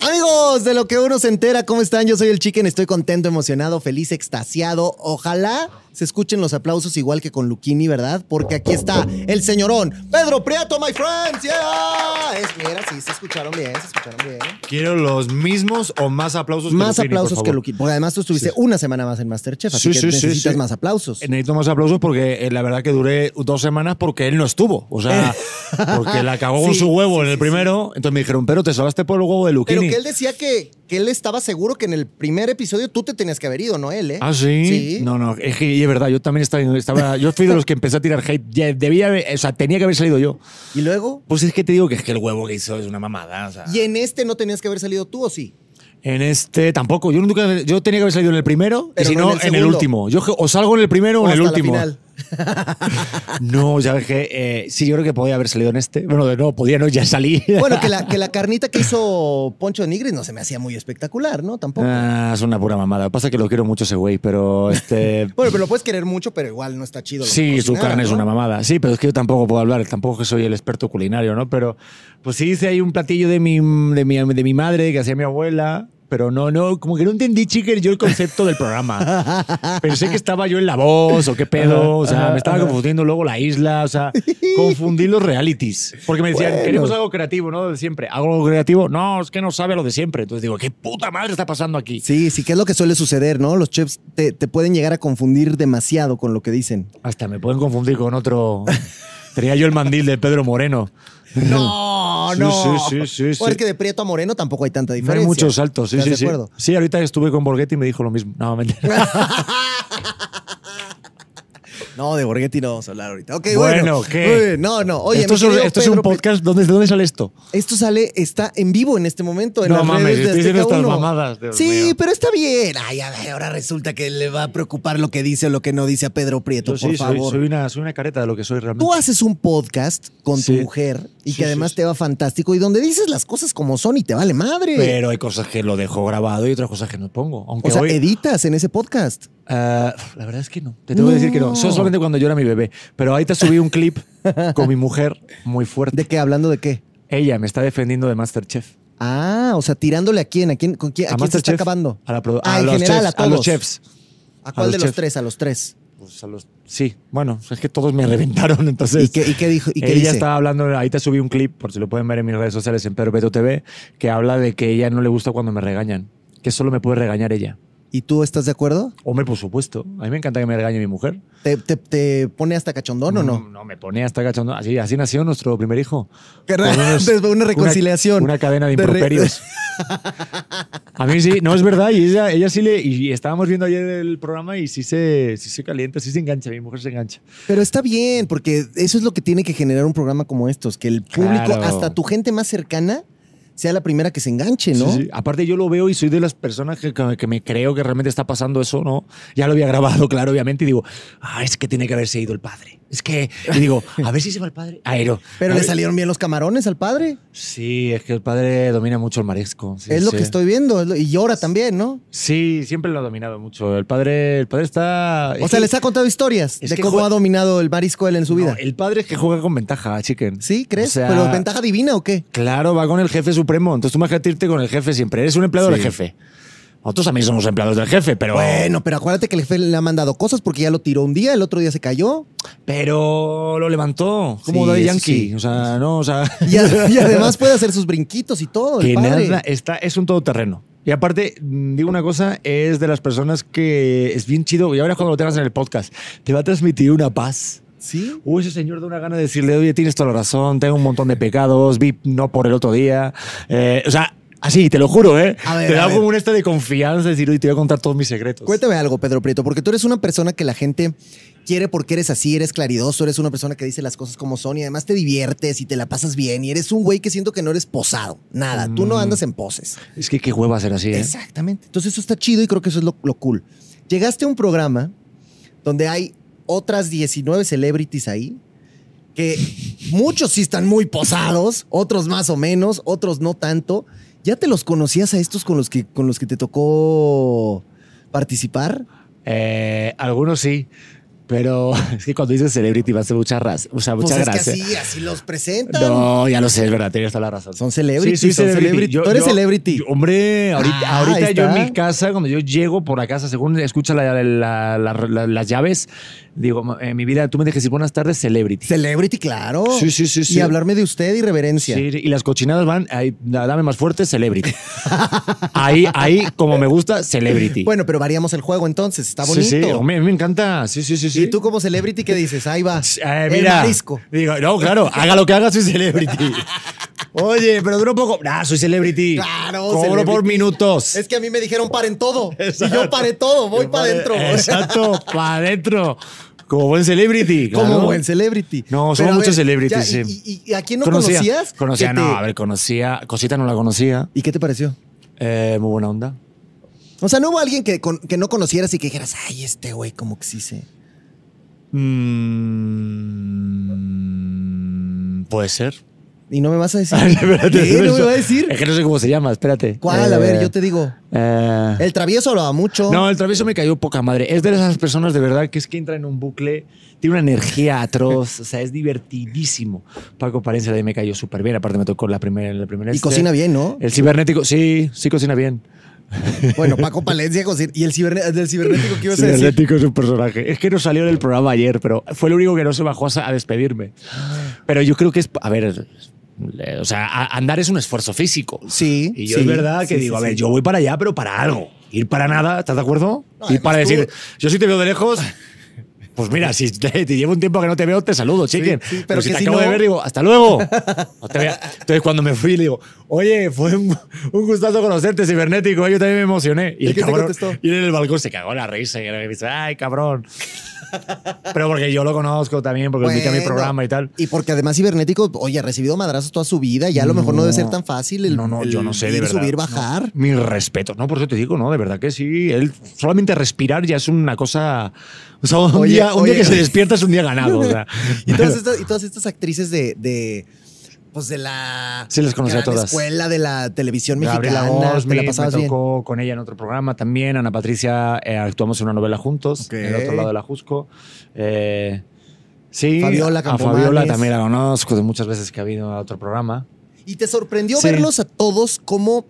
Amigos, de lo que uno se entera, ¿cómo están? Yo soy el Chicken, estoy contento, emocionado, feliz, extasiado. Ojalá se escuchen los aplausos igual que con Luquini, ¿verdad? Porque aquí está el señorón Pedro Prieto, my friends. Yeah. Es, mira, sí, se escucharon bien, se escucharon bien. Quiero los mismos o más aplausos Más que Luquini, por aplausos que favor. Luquini. Porque además tú estuviste una semana más en Masterchef, así Sí, que sí, sí, necesitas sí. más aplausos. Eh, Necesito más aplausos porque eh, la verdad que duré dos semanas porque él no estuvo. O sea, porque la cagó con Sí, su huevo en sí, el sí, primero. Entonces me dijeron, pero te salvaste por el huevo de Pero Luquini. que él decía que, que él estaba seguro que en el primer episodio tú te tenías que haber ido, no él, ¿eh? Ah, ¿sí? No, no, es que y es verdad, yo también estaba, estaba- Yo fui de los que empecé a tirar hate. Ya debía haber- o sea, tenía que haber salido yo. Y luego, Pues es que te digo que es que el huevo que hizo es una mamada. o sea. ¿y en este no tenías que haber salido tú o sí? En este tampoco. Yo, nunca, yo tenía que haber salido en el primero, y Pero si no en no, el en, el segundo. último. Yo o salgo en el primero o, en el hasta la último. final? No, ya ves que eh, sí, yo creo que podía haber salido en este. Bueno, de no, podía no, ya salí. Bueno, que la, que la carnita que hizo Poncho de Nigris no se me hacía muy espectacular, ¿no? Tampoco. Ah, es una pura mamada. Pasa que lo quiero mucho ese güey, pero este. Bueno, pero lo puedes querer mucho, pero igual no está chido. lo que Sí, su cocinaron, carne es Pues ¿no? una mamada. Sí, pero es que yo tampoco puedo hablar, tampoco que soy el experto culinario, ¿no? Pero pues sí hice ahí un platillo de mi, de mi, de mi madre que hacía mi abuela, pero no, no, como que no entendí, chicken, yo el concepto del programa. Pensé que estaba yo en La Voz o qué pedo, o sea, me estaba confundiendo luego la isla, o sea, confundí los realities. Porque me decían, Bueno. queremos algo creativo, ¿no? De siempre. ¿Hago algo creativo? No, es que no sabe lo de siempre. Entonces digo, ¿qué puta madre está pasando aquí? Sí, sí, que es lo que suele suceder, ¿no? Los chefs te, te pueden llegar a confundir demasiado con lo que dicen. Hasta me pueden confundir con otro. Tenía yo el mandil de Pedro Moreno. No, Sí, sí, sí, sí, O sí. es que de Prieto a Moreno tampoco hay tanta No diferencia. hay muchos saltos, sí, ¿Estás sí, de sí. acuerdo? Sí, ahorita estuve con Borghetti y me dijo lo mismo. No, mentira. No, de Borghetti no vamos a hablar ahorita. Ok, bueno. Bueno, ¿qué? Muy bien. No, no. Oye, esto, mi es, querido esto es un Pedro Prieto- podcast. ¿Dónde, ¿De dónde sale esto? Esto sale, está en vivo en este momento. En No las mames, redes de estoy diciendo Azteca estas 1. mamadas, Dios sí, mío. pero está bien. Ay, a ver, ahora resulta que le va a preocupar lo que dice o lo que no dice a Pedro Prieto, Yo por Pues sí, soy, favor. soy una, soy una careta de lo que soy realmente. Tú haces un podcast con Sí. tu mujer y Sí, que sí, además sí. te va fantástico y donde dices las cosas como son y te vale madre. Pero hay cosas que lo dejo grabado y otras cosas que no pongo. Aunque o sea, hoy, editas en ese podcast. Ah, la verdad es que no. Te tengo que decir que No. no. Solo solamente cuando yo era mi bebé. Pero ahí te subí un clip con mi mujer muy fuerte. ¿De qué? ¿Hablando de qué? Ella me está defendiendo de Masterchef. Ah, o sea, tirándole a quién, a quién, con quién, a, quién se está Masterchef, acabando. A, la produ- Ah, a en los general, chefs, a todos. los chefs. ¿A cuál los de los chefs. tres? A los tres. Pues a los- sí, bueno, es que todos me reventaron, entonces. ¿Y qué, y qué dijo? ¿Y qué ella dice? estaba hablando, ahí te subí un clip, por si lo pueden ver en mis redes sociales, en Pedro Beto TV, que habla de que ella no le gusta cuando me regañan, que solo me puede regañar ella. ¿Y tú estás de acuerdo? Hombre, por supuesto, a mí me encanta que me regañe mi mujer. ¿Te, te- te pone hasta cachondón o no? No, me pone hasta cachondo. Así, así nació nuestro primer hijo. Que Con unos- desde una reconciliación. Una, cadena de De re- improperios. A mí sí, no es verdad. Y ella, ella sí le. Y estábamos viendo ayer el programa y sí se, sí se calienta, sí se engancha. Mi mujer se engancha. Pero está bien, porque eso es lo que tiene que generar un programa como estos, que el público, Claro. hasta tu gente más cercana, sea la primera que se enganche, ¿no? Sí, sí. Aparte, yo lo veo y soy de las personas que, que- que me creo que realmente está pasando eso, ¿no? Ya lo había grabado, claro, obviamente, y digo, ah, es que tiene que haberse ido el padre. Es que, y digo, a ver si se va el padre. Ah, Aero. Pero le salieron bien los camarones al padre. Sí, es que el padre domina mucho el marisco. Sí, es lo sí. que estoy viendo. es lo- Y llora también, ¿no? Sí, siempre lo ha dominado mucho. El padre, el padre está. O sea, les ha contado historias es de que cómo jue- ha dominado el marisco él en su vida. No, el padre es que juega con ventaja, chicken. ¿Sí? ¿Crees? O sea, ¿Pero ventaja divina o qué? Claro, va con el jefe supremo. Entonces tú imagínate irte con el jefe siempre. Eres un empleado del Sí. jefe. Nosotros también somos empleados del jefe, pero. Bueno, pero acuérdate que el jefe le ha mandado cosas porque ya lo tiró un día, el otro día se cayó. Pero lo levantó como Sí, Daddy eso Yankee. sí. O sea, no, o sea. Y, a- y además puede hacer sus brinquitos y todo. El que padre. nada, está, es un todoterreno. Y aparte, mm, digo una cosa, es de las personas que es bien chido. Y ahora cuando lo tengas en el podcast, te va a transmitir una paz. Sí. Uy, ese señor da una gana de decirle, oye, tienes toda la razón, tengo un montón de pecados, vi no por el otro día. Eh, o sea, así, te lo juro, ¿eh? A ver, te a da ver. como un este de confianza, decir, oye, te voy a contar todos mis secretos. Cuéntame algo, Pedro Prieto, porque tú eres una persona que la gente quiere porque eres así, eres claridoso, eres una persona que dice las cosas como son y además te diviertes y te la pasas bien y eres un güey que siento que no eres posado. Nada, tú no andas en poses. Es que qué hueva ser así, ¿eh? Exactamente. Entonces eso está chido y creo que eso es lo, lo cool. Llegaste a un programa donde hay otras 19 celebrities ahí, que muchos sí están muy posados, otros más o menos, otros no tanto. ¿Ya te los conocías a estos con los que, con los que te tocó participar? Eh, algunos sí. Pero es que cuando dices celebrity va a ser mucha raza. O sea, Pues mucha es que gracia. así, así los presentan. Ah, No, ya lo sé, es verdad, tienes toda la razón. Son celebrity. Sí, soy son celebrity. celebrity. Yo- Tú eres yo- celebrity. yo- hombre, ahorita, Ah, ahorita ahí yo en está. mi casa, cuando yo llego por la casa, según escucha la- la- la- la- las llaves, digo, "Ma- eh, mi vida, tú me dejes decir buenas tardes, celebrity. Celebrity, claro. Sí, sí, sí, sí. Y hablarme de usted y reverencia. Sí, y las cochinadas van, ahí, da- dame más fuerte, celebrity. ahí, ahí, como me gusta, celebrity. Bueno, pero variamos el juego entonces. Está bonito. Sí, sí, hombre, a mí me encanta. Sí, sí, sí. sí. Y tú como celebrity, ¿qué dices? Ahí va. Eh, El mira, marisco. digo, no, claro, haga lo que haga, soy celebrity. Oye, pero duro poco. Ah, soy celebrity. Claro, Cobro celebrity. por minutos. Es que a mí me dijeron paren todo. Y Exacto. yo paré todo. Voy para adentro. Eh, Exacto, para adentro. Como buen celebrity. Como claro. buen celebrity. No, somos Pero a muchos ver, celebrities, ya, sí. y, y- y a quién no conocías? Conocía, Que no, te- a ver, conocía. Cosita no la conocía. ¿Y qué te pareció? Eh, muy buena onda. O sea, ¿no hubo alguien que, con- que no conocieras y que dijeras, ay, este güey como que sí se... Mm, Puede ser. Y no me vas a decir... Ah, Espérate, ¿Qué? ¿No me eso- vas a decir? Es que no sé cómo se llama, espérate. ¿Cuál? A ver, Eh, yo te digo. eh, El travieso hablaba mucho. No, el travieso me cayó poca madre. Es de esas personas de verdad que es que entra en un bucle, tiene una energía atroz, o sea, es divertidísimo. Paco Parencia de ahí me cayó súper bien, aparte me tocó la primera. La primera y este. cocina bien, ¿no? El cibernético, sí, sí cocina bien. Bueno, Paco Palencia cocina. ¿Y el, ciberne- el del cibernético qué ibas a decir? Cibernético es un personaje. Es que no salió del programa ayer, pero fue el único que no se bajó a, a despedirme. Pero yo creo que es, a ver, eh, o sea, a- andar es un esfuerzo físico. Sí. Y yo sí, es verdad que sí, digo, sí, a ver, sí. yo voy para allá, pero para algo. Ir para nada, ¿estás de acuerdo? No, Ir para además decir, tú- yo sí te veo de lejos. Pues mira, si te, te llevo un tiempo que no te veo, te saludo, chiquen. sí, pero, pero si que te si acabo de no- ver, digo, hasta luego. No te vea. Entonces, cuando me fui, le digo, oye, fue un, un gustazo conocerte, cibernético. Yo también me emocioné. Y ¿Y el qué te cabrón, contestó? y él en el balcón se cagó en la risa. Y me dice, ay, cabrón. Pero porque yo lo conozco también, porque invita a mi Bueno, programa y tal. Y porque además cibernético, oye, ha recibido madrazos toda su vida. Ya a lo mejor no debe ser tan fácil el, no, no, yo el no sé, de ir, verdad. subir, No, bajar. mis respetos. No, por eso te digo, no, de verdad que sí. Él solamente respirar ya es una cosa. O sea, un, Oye, día, un día oye. que se despierta es un día ganado. o sea. y, todas estas, y todas estas actrices de, de, pues de la Sí, las conocí a gran todas. escuela de la televisión Gabriela mexicana, te Goldsmith, la me pasabas bien. tocó con ella en otro programa también. Ana Patricia, eh, actuamos en una novela juntos, Ok. en el otro lado de la Jusco. Eh, sí, Fabiola a Campomanes. Fabiola también la conozco de muchas veces que ha habido a otro programa. Y te sorprendió Sí. verlos a todos cómo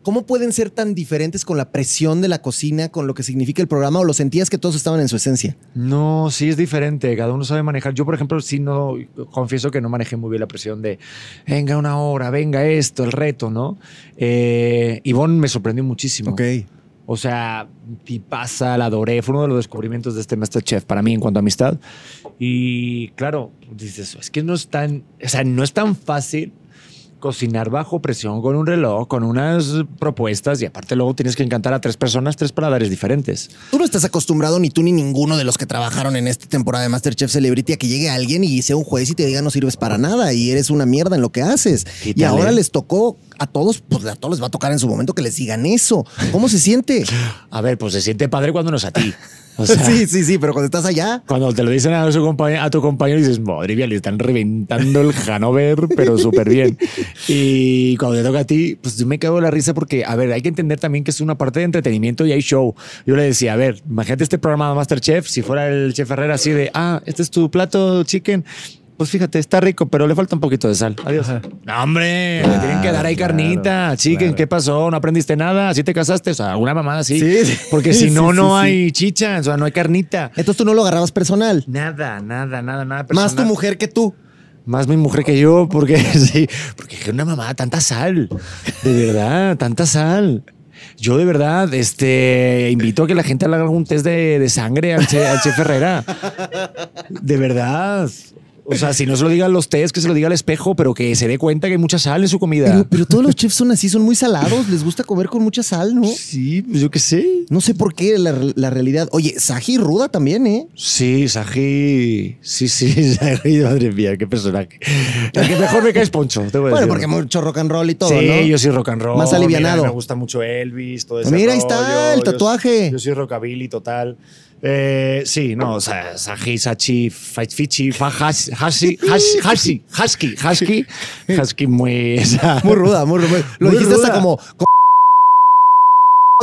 cómo pueden ser tan diferentes con la presión de la cocina, con lo que significa el programa o lo sentías que todos estaban en su esencia. No, sí es diferente. Cada uno sabe manejar. Yo, por ejemplo, sí no confieso que no manejé muy bien la presión de venga una hora, venga esto, el reto, ¿no? Eh, Ivonne me sorprendió muchísimo. O sea, tipaza, la adoré. Fue uno de los descubrimientos de este Masterchef para mí en cuanto a amistad. Y claro, dices, es que no es tan, o sea, no es tan fácil cocinar bajo presión con un reloj, con unas propuestas y aparte luego tienes que encantar a tres personas, tres paladares diferentes. Tú no estás acostumbrado ni tú ni ninguno de los que trabajaron en esta temporada de MasterChef Celebrity a que llegue alguien y sea un juez y te diga no sirves para nada y eres una mierda en lo que haces. Quítale. Y ahora les tocó a todos, pues a todos les va a tocar en su momento que les digan eso. ¿Cómo se siente? A ver, pues se siente padre cuando no es a ti. O sea, sí, sí, sí, pero cuando estás allá, Cuando te lo dicen a, su compañe- a tu compañero, dices, madre mía, le están reventando el Hanover, pero súper bien. Y cuando te toca a ti, pues yo me cago en la risa porque, a ver, hay que entender también que es una parte de entretenimiento y hay show. Yo le decía, a ver, imagínate este programa de Masterchef, si fuera el chef Herrera así de, ah, este es tu plato chicken. Pues fíjate, está rico, pero le falta un poquito de sal. Adiós. No, hombre, Ah, le tienen que dar ahí Claro, carnita. Chicken, claro. ¿qué pasó? ¿No aprendiste nada? ¿Así te casaste? O sea, alguna mamada así. Sí, sí. Porque si Sí, no, sí, no sí. hay chicha, o sea, no hay carnita. entonces tú no lo agarrabas personal. Nada, nada, nada, nada. Más tu personal. mujer que tú. Más mi mujer que yo, porque sí, porque es una mamá, tanta sal. De verdad, tanta sal. Yo de verdad, este, invito a que la gente le haga algún test de, de sangre al, che- al chef Herrera. De verdad. O sea, si no se lo digan los test, que se lo diga al espejo, pero que se dé cuenta que hay mucha sal en su comida. Pero, pero todos los chefs son así, son muy salados, les gusta comer con mucha sal, ¿no? Sí, pues yo qué sé. No sé por qué la, la realidad. Oye, Saji ruda también, ¿eh? Sí, Saji. Sí, sí, Saji, madre mía, qué personaje. El que mejor me cae es Poncho. te voy a Bueno, decir. porque mucho rock and roll y todo, Pues sí, ¿no? yo soy rock and roll. Más alivianado. Mira, me gusta mucho Elvis, todo ese Mira, ahí está rollo. el Yo- tatuaje. Yo, soy rockabilly total. Eh, sí, no, o sea, Saji, Sachi, Fa- Fichi, Fa- Has- Hasi, Hasi, Hasi, Husky, Husky, Husky muy... o sea, Muy ruda, muy ruda. Lo Muy dijiste ruda. hasta como, como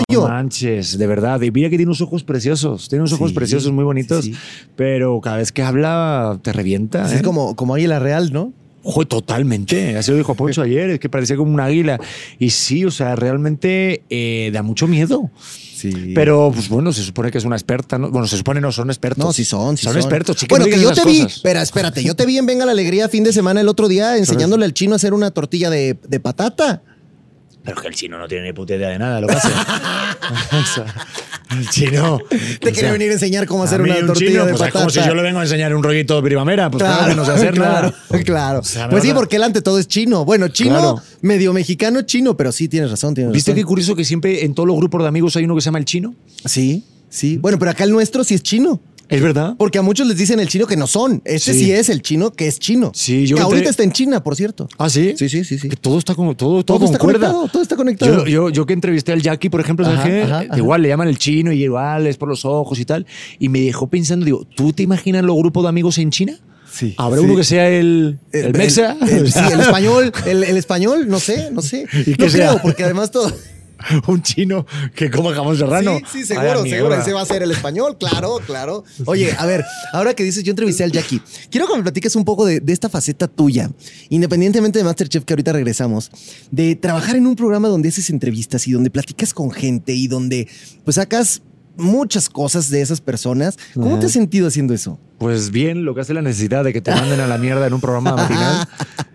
yo. manches, de verdad. Y mira que tiene unos ojos preciosos. Tiene unos ojos Sí, preciosos muy bonitos. sí, sí. Pero cada vez que habla, te revienta. Es ¿eh? como, como Águila Real, ¿no? Ojo, totalmente. Así lo dijo Poncho ayer, es que parecía como un águila. Y sí, o sea, realmente eh, da mucho miedo. Sí. Pero, pues bueno, se supone que es una experta, ¿no? Bueno, se supone no son expertos. No, sí son, sí son. expertos, chicas. Bueno, no que yo digas te esas vi, cosas. espera, espérate, yo te vi en Venga la Alegría fin de semana el otro día enseñándole al chino a hacer una tortilla de, de patata. Pero es que el chino no tiene ni puta idea de nada, lo que hace. O sea, el chino. Te o quería sea, venir a enseñar cómo hacer a mí una un tortilla chino, de pues, es patata. como si yo le vengo a enseñar un rollito de primavera, pues claro, que no sé hacer claro, nada. claro. sea, me pues van sí, a- porque él ante todo es chino. Bueno, chino, Claro. medio mexicano, chino, pero sí tienes razón, tienes ¿Viste qué razón. curioso que siempre en todos los grupos de amigos hay uno que se llama el chino? Sí, sí. Bueno, pero acá el nuestro sí es chino. ¿Es verdad? Porque a muchos les dicen el chino que no son. Este Sí. sí, es el chino que es chino. Sí, yo Que me ahorita enteré- está en China, por cierto. Ah, sí. Sí, sí, sí, sí. Que todo está como todo, todo, Todo está concuerda. conectado, todo está conectado. Yo, yo, yo que entrevisté al Jackie, por ejemplo, ¿sabes Ajá, qué? ajá, ajá. eh, igual le llaman el chino y igual es por los ojos y tal. Y me dejó pensando, digo, ¿tú te imaginas los grupos de amigos en China? Sí. ¿Habrá Sí. uno que sea el, el, mexa? el- el- sí, el español, el, el español, no sé, no sé. ¿Y no qué creo, será? porque además todo. un chino que coma jamón serrano. sí, sí, Vaya seguro, seguro. mierda. Ese va a ser el español, claro, claro. Oye, a ver, ahora que dices, yo entrevisté al Jackie. Quiero que me platiques un poco de, de esta faceta tuya, independientemente de Masterchef, que ahorita regresamos, de trabajar en un programa donde haces entrevistas y donde platicas con gente y donde pues sacas muchas cosas de esas personas. ¿Cómo Ajá. te has sentido haciendo eso? Pues bien, lo que hace la necesidad de que te manden a la mierda en un programa matinal.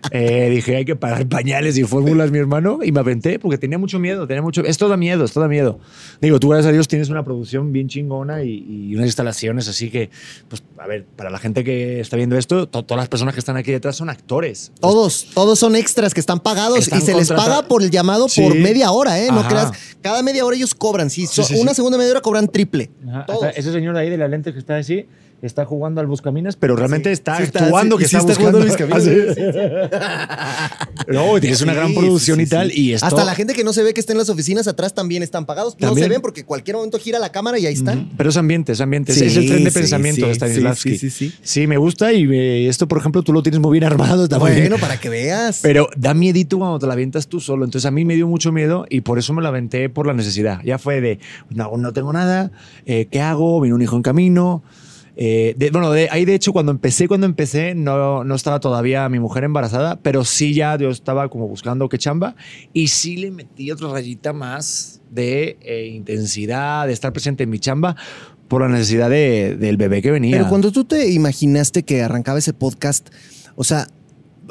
Eh, dije, hay que pagar pañales y fórmulas, mi hermano. Y me aventé porque tenía mucho miedo, tenía mucho... Esto da miedo, esto da miedo. Digo, tú gracias a Dios tienes una producción bien chingona y, y unas instalaciones, así que, pues, a ver, para la gente que está viendo esto, to- todas las personas que están aquí detrás son actores. Todos, todos son extras que están pagados Están y se les contratados. paga por el llamado Sí. por media hora, ¿eh? No Ajá. creas. Cada media hora ellos cobran, sí. so- sí, sí. una segunda media hora cobran triple. Ajá, Todos. hasta ese señor de ahí de la lente que está así está jugando al buscaminas, pero realmente Sí, está sí está, actuando sí, que y sí está, está jugando buscando. al buscaminas. Ah, sí. no, tienes una Sí, gran sí, producción sí, y tal sí. y esto- Hasta la gente que no se ve que está en las oficinas atrás también están pagados. No También. se ven porque cualquier momento gira la cámara y ahí están. Pero es ambiente, es ambiente. Es- Sí, es el tren de sí, pensamiento sí, de sí, Stanislavski. sí, sí, sí. me gusta y eh, esto, por ejemplo, tú lo tienes muy bien armado. Está muy bien. Bueno, para que veas. Pero da miedito cuando te la avientas tú solo. Entonces a mí me dio mucho miedo y por eso me la aventé por la necesidad. Ya fue de, no, no tengo nada, eh, ¿qué hago? Viene un hijo en camino. Eh, de- bueno, de, ahí de hecho cuando empecé, cuando empecé no, no estaba todavía mi mujer embarazada, pero sí ya yo estaba como buscando qué chamba y sí le metí otra rayita más de eh, intensidad, de estar presente en mi chamba por la necesidad de- del bebé que venía. Pero cuando tú te imaginaste que arrancaba ese podcast, o sea,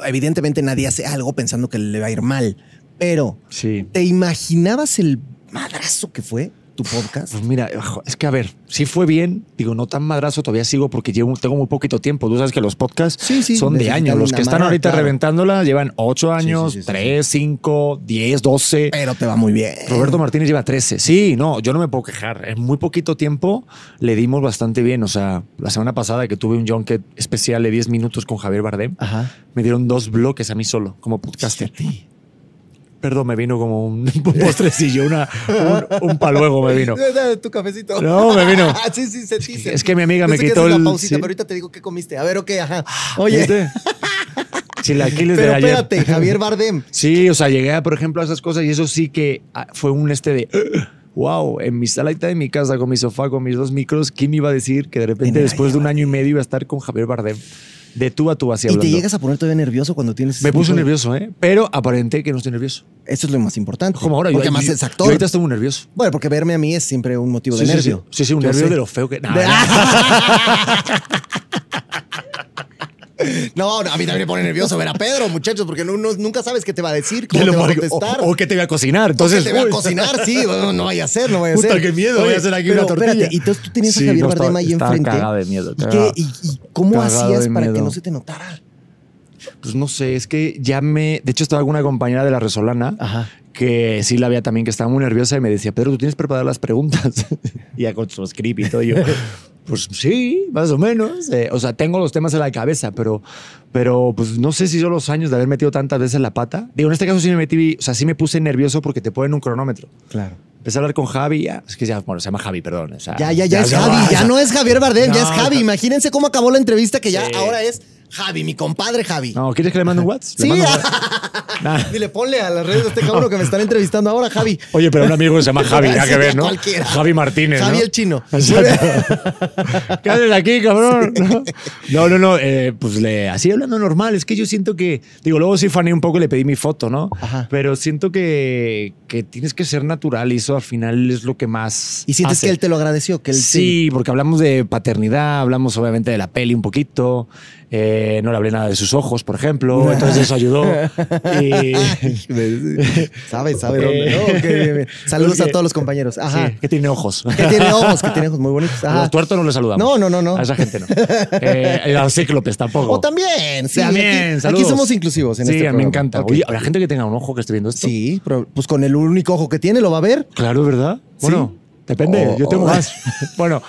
evidentemente nadie hace algo pensando que le va a ir mal. Pero, Sí. ¿te imaginabas el madrazo que fue tu podcast? Pues mira, jo, es que a ver, si fue bien, digo, no tan madrazo, todavía sigo porque llevo, tengo muy poquito tiempo. Tú sabes que los podcasts Sí, sí, son de necesitan años. Los una que están mano, ahorita claro. reventándola llevan 8 años, sí, sí, Eh. sí. 3, 5, 10, 12. Pero te va muy bien. Roberto Martínez lleva 13. Sí, no, yo no me puedo quejar. En muy poquito tiempo le dimos bastante bien. O sea, la semana pasada que tuve un junket especial de 10 minutos con Javier Bardem, Ajá. me dieron dos bloques a mí solo como podcaster. Perdón, me vino como un, un postrecillo, una, un, un paluego me vino. Dale tu cafecito. Ah, No, me vino. sí, sí, se dice. Es que mi amiga me Pensé que quitó haces el- la pausita, sí. pero ahorita te digo qué comiste. A ver, ok, ajá. Oye, ¿Viste? Chilaquiles pero de ayer. espérate, Javier Bardem. Sí, o sea, llegué, a, por ejemplo, a esas cosas y eso sí que ah, fue un este de... Wow, en mi salita de mi casa, con mi sofá, con mis dos micros, ¿quién iba a decir que de repente Tenía después de un Javier año y medio iba a estar con Javier Bardem de tú a tú así Y hablando? te llegas a poner todavía nervioso cuando tienes. ese Me puso tipo de- nervioso, ¿eh? Pero aparenté que no estoy nervioso. Eso es lo más importante. Como ahora Porque yo. más yo- es yo actor. ahorita estoy muy nervioso. Bueno, porque verme a mí es siempre un motivo de sí, sí, nervio. Sí, sí, sí, un Yo nervio sé. de lo feo que. Nah, De- nah. No, no, a mí también me pone nervioso ver a Pedro, muchachos, porque no- no- nunca sabes qué te va a decir, cómo te Que lo va a marque- contestar. o, o que te voy a cocinar. Entonces, Entonces, te voy a uy. cocinar, sí, no, no vaya a ser, no vaya a Puta, ser. qué miedo, voy a hacer aquí pero una tortilla. Espérate, y entonces tú tenías Sí, a Javier no, Bardem estaba- ahí estaba enfrente. cagado de miedo, ¿Y, cagado. qué, y, y cómo Cagado hacías de para que miedo. no se te notara? Pues no sé, es que ya me. De hecho, estaba con una compañera de la Resolana Ajá. que sí la había también, que estaba muy nerviosa y me decía, Pedro, tú tienes preparadas las preguntas. y ya con su script y todo. y Yo, pues sí, más o menos. Eh, o sea, tengo los temas en la cabeza, pero, pero pues no sé si yo los años de haber metido tantas veces la pata. Digo, en este caso sí me metí, o sea, sí me puse nervioso porque te ponen un cronómetro. Claro. Empecé a hablar con Javi, ya, es que ya, bueno, se llama Javi, perdón. o sea, Ya, ya, ya, es no, Javi, ya no es Javier Bardem, ya es No, Javi. no. Imagínense cómo acabó la entrevista que ya Sí. ahora es Javi, mi compadre Javi. No, ¿quieres que le mande un WhatsApp? Le Sí. mando un WhatsApp. Nah. Dile, ponle a las redes de este cabrón que me están entrevistando ahora, Javi. Oye, pero un amigo que se llama Javi, ya que Sí, ver, ¿no? cualquiera. Javi Martínez. Javi ¿no? el chino. ¿Qué haces aquí, cabrón? No, no, no. eh, pues le, así hablando normal. Es que yo siento que. Digo, luego sí fané un poco y le pedí mi foto, ¿no? Ajá. Pero siento que, que tienes que ser natural y eso al final es lo que más. Y sientes hace. que él te lo agradeció, que él Ah, Sí, porque hablamos de paternidad, hablamos obviamente de la peli un poquito. eh, no le hablé nada de sus ojos, por ejemplo. Entonces eso ayudó. Y- sabe, sabe dónde. Eh. ¿no? Ok, bien, bien. Saludos Porque- a todos los compañeros. Ajá. Sí, que tiene ojos. Que tiene ojos, que tiene ojos muy bonitos. Ajá. Los tuertos no los saludamos. No, no, no, no. A esa gente no. Eh, a los cíclopes tampoco. O también. Sí, También, Aquí, aquí saludos. somos inclusivos en sí, este a mí me programa. encanta. Ok. Oye, ¿habrá gente que tenga un ojo que esté viendo esto? Sí, pero, pues con el único ojo que tiene lo va a ver. Claro, ¿verdad? Sí. Bueno, depende. O- Yo tengo o- más. bueno,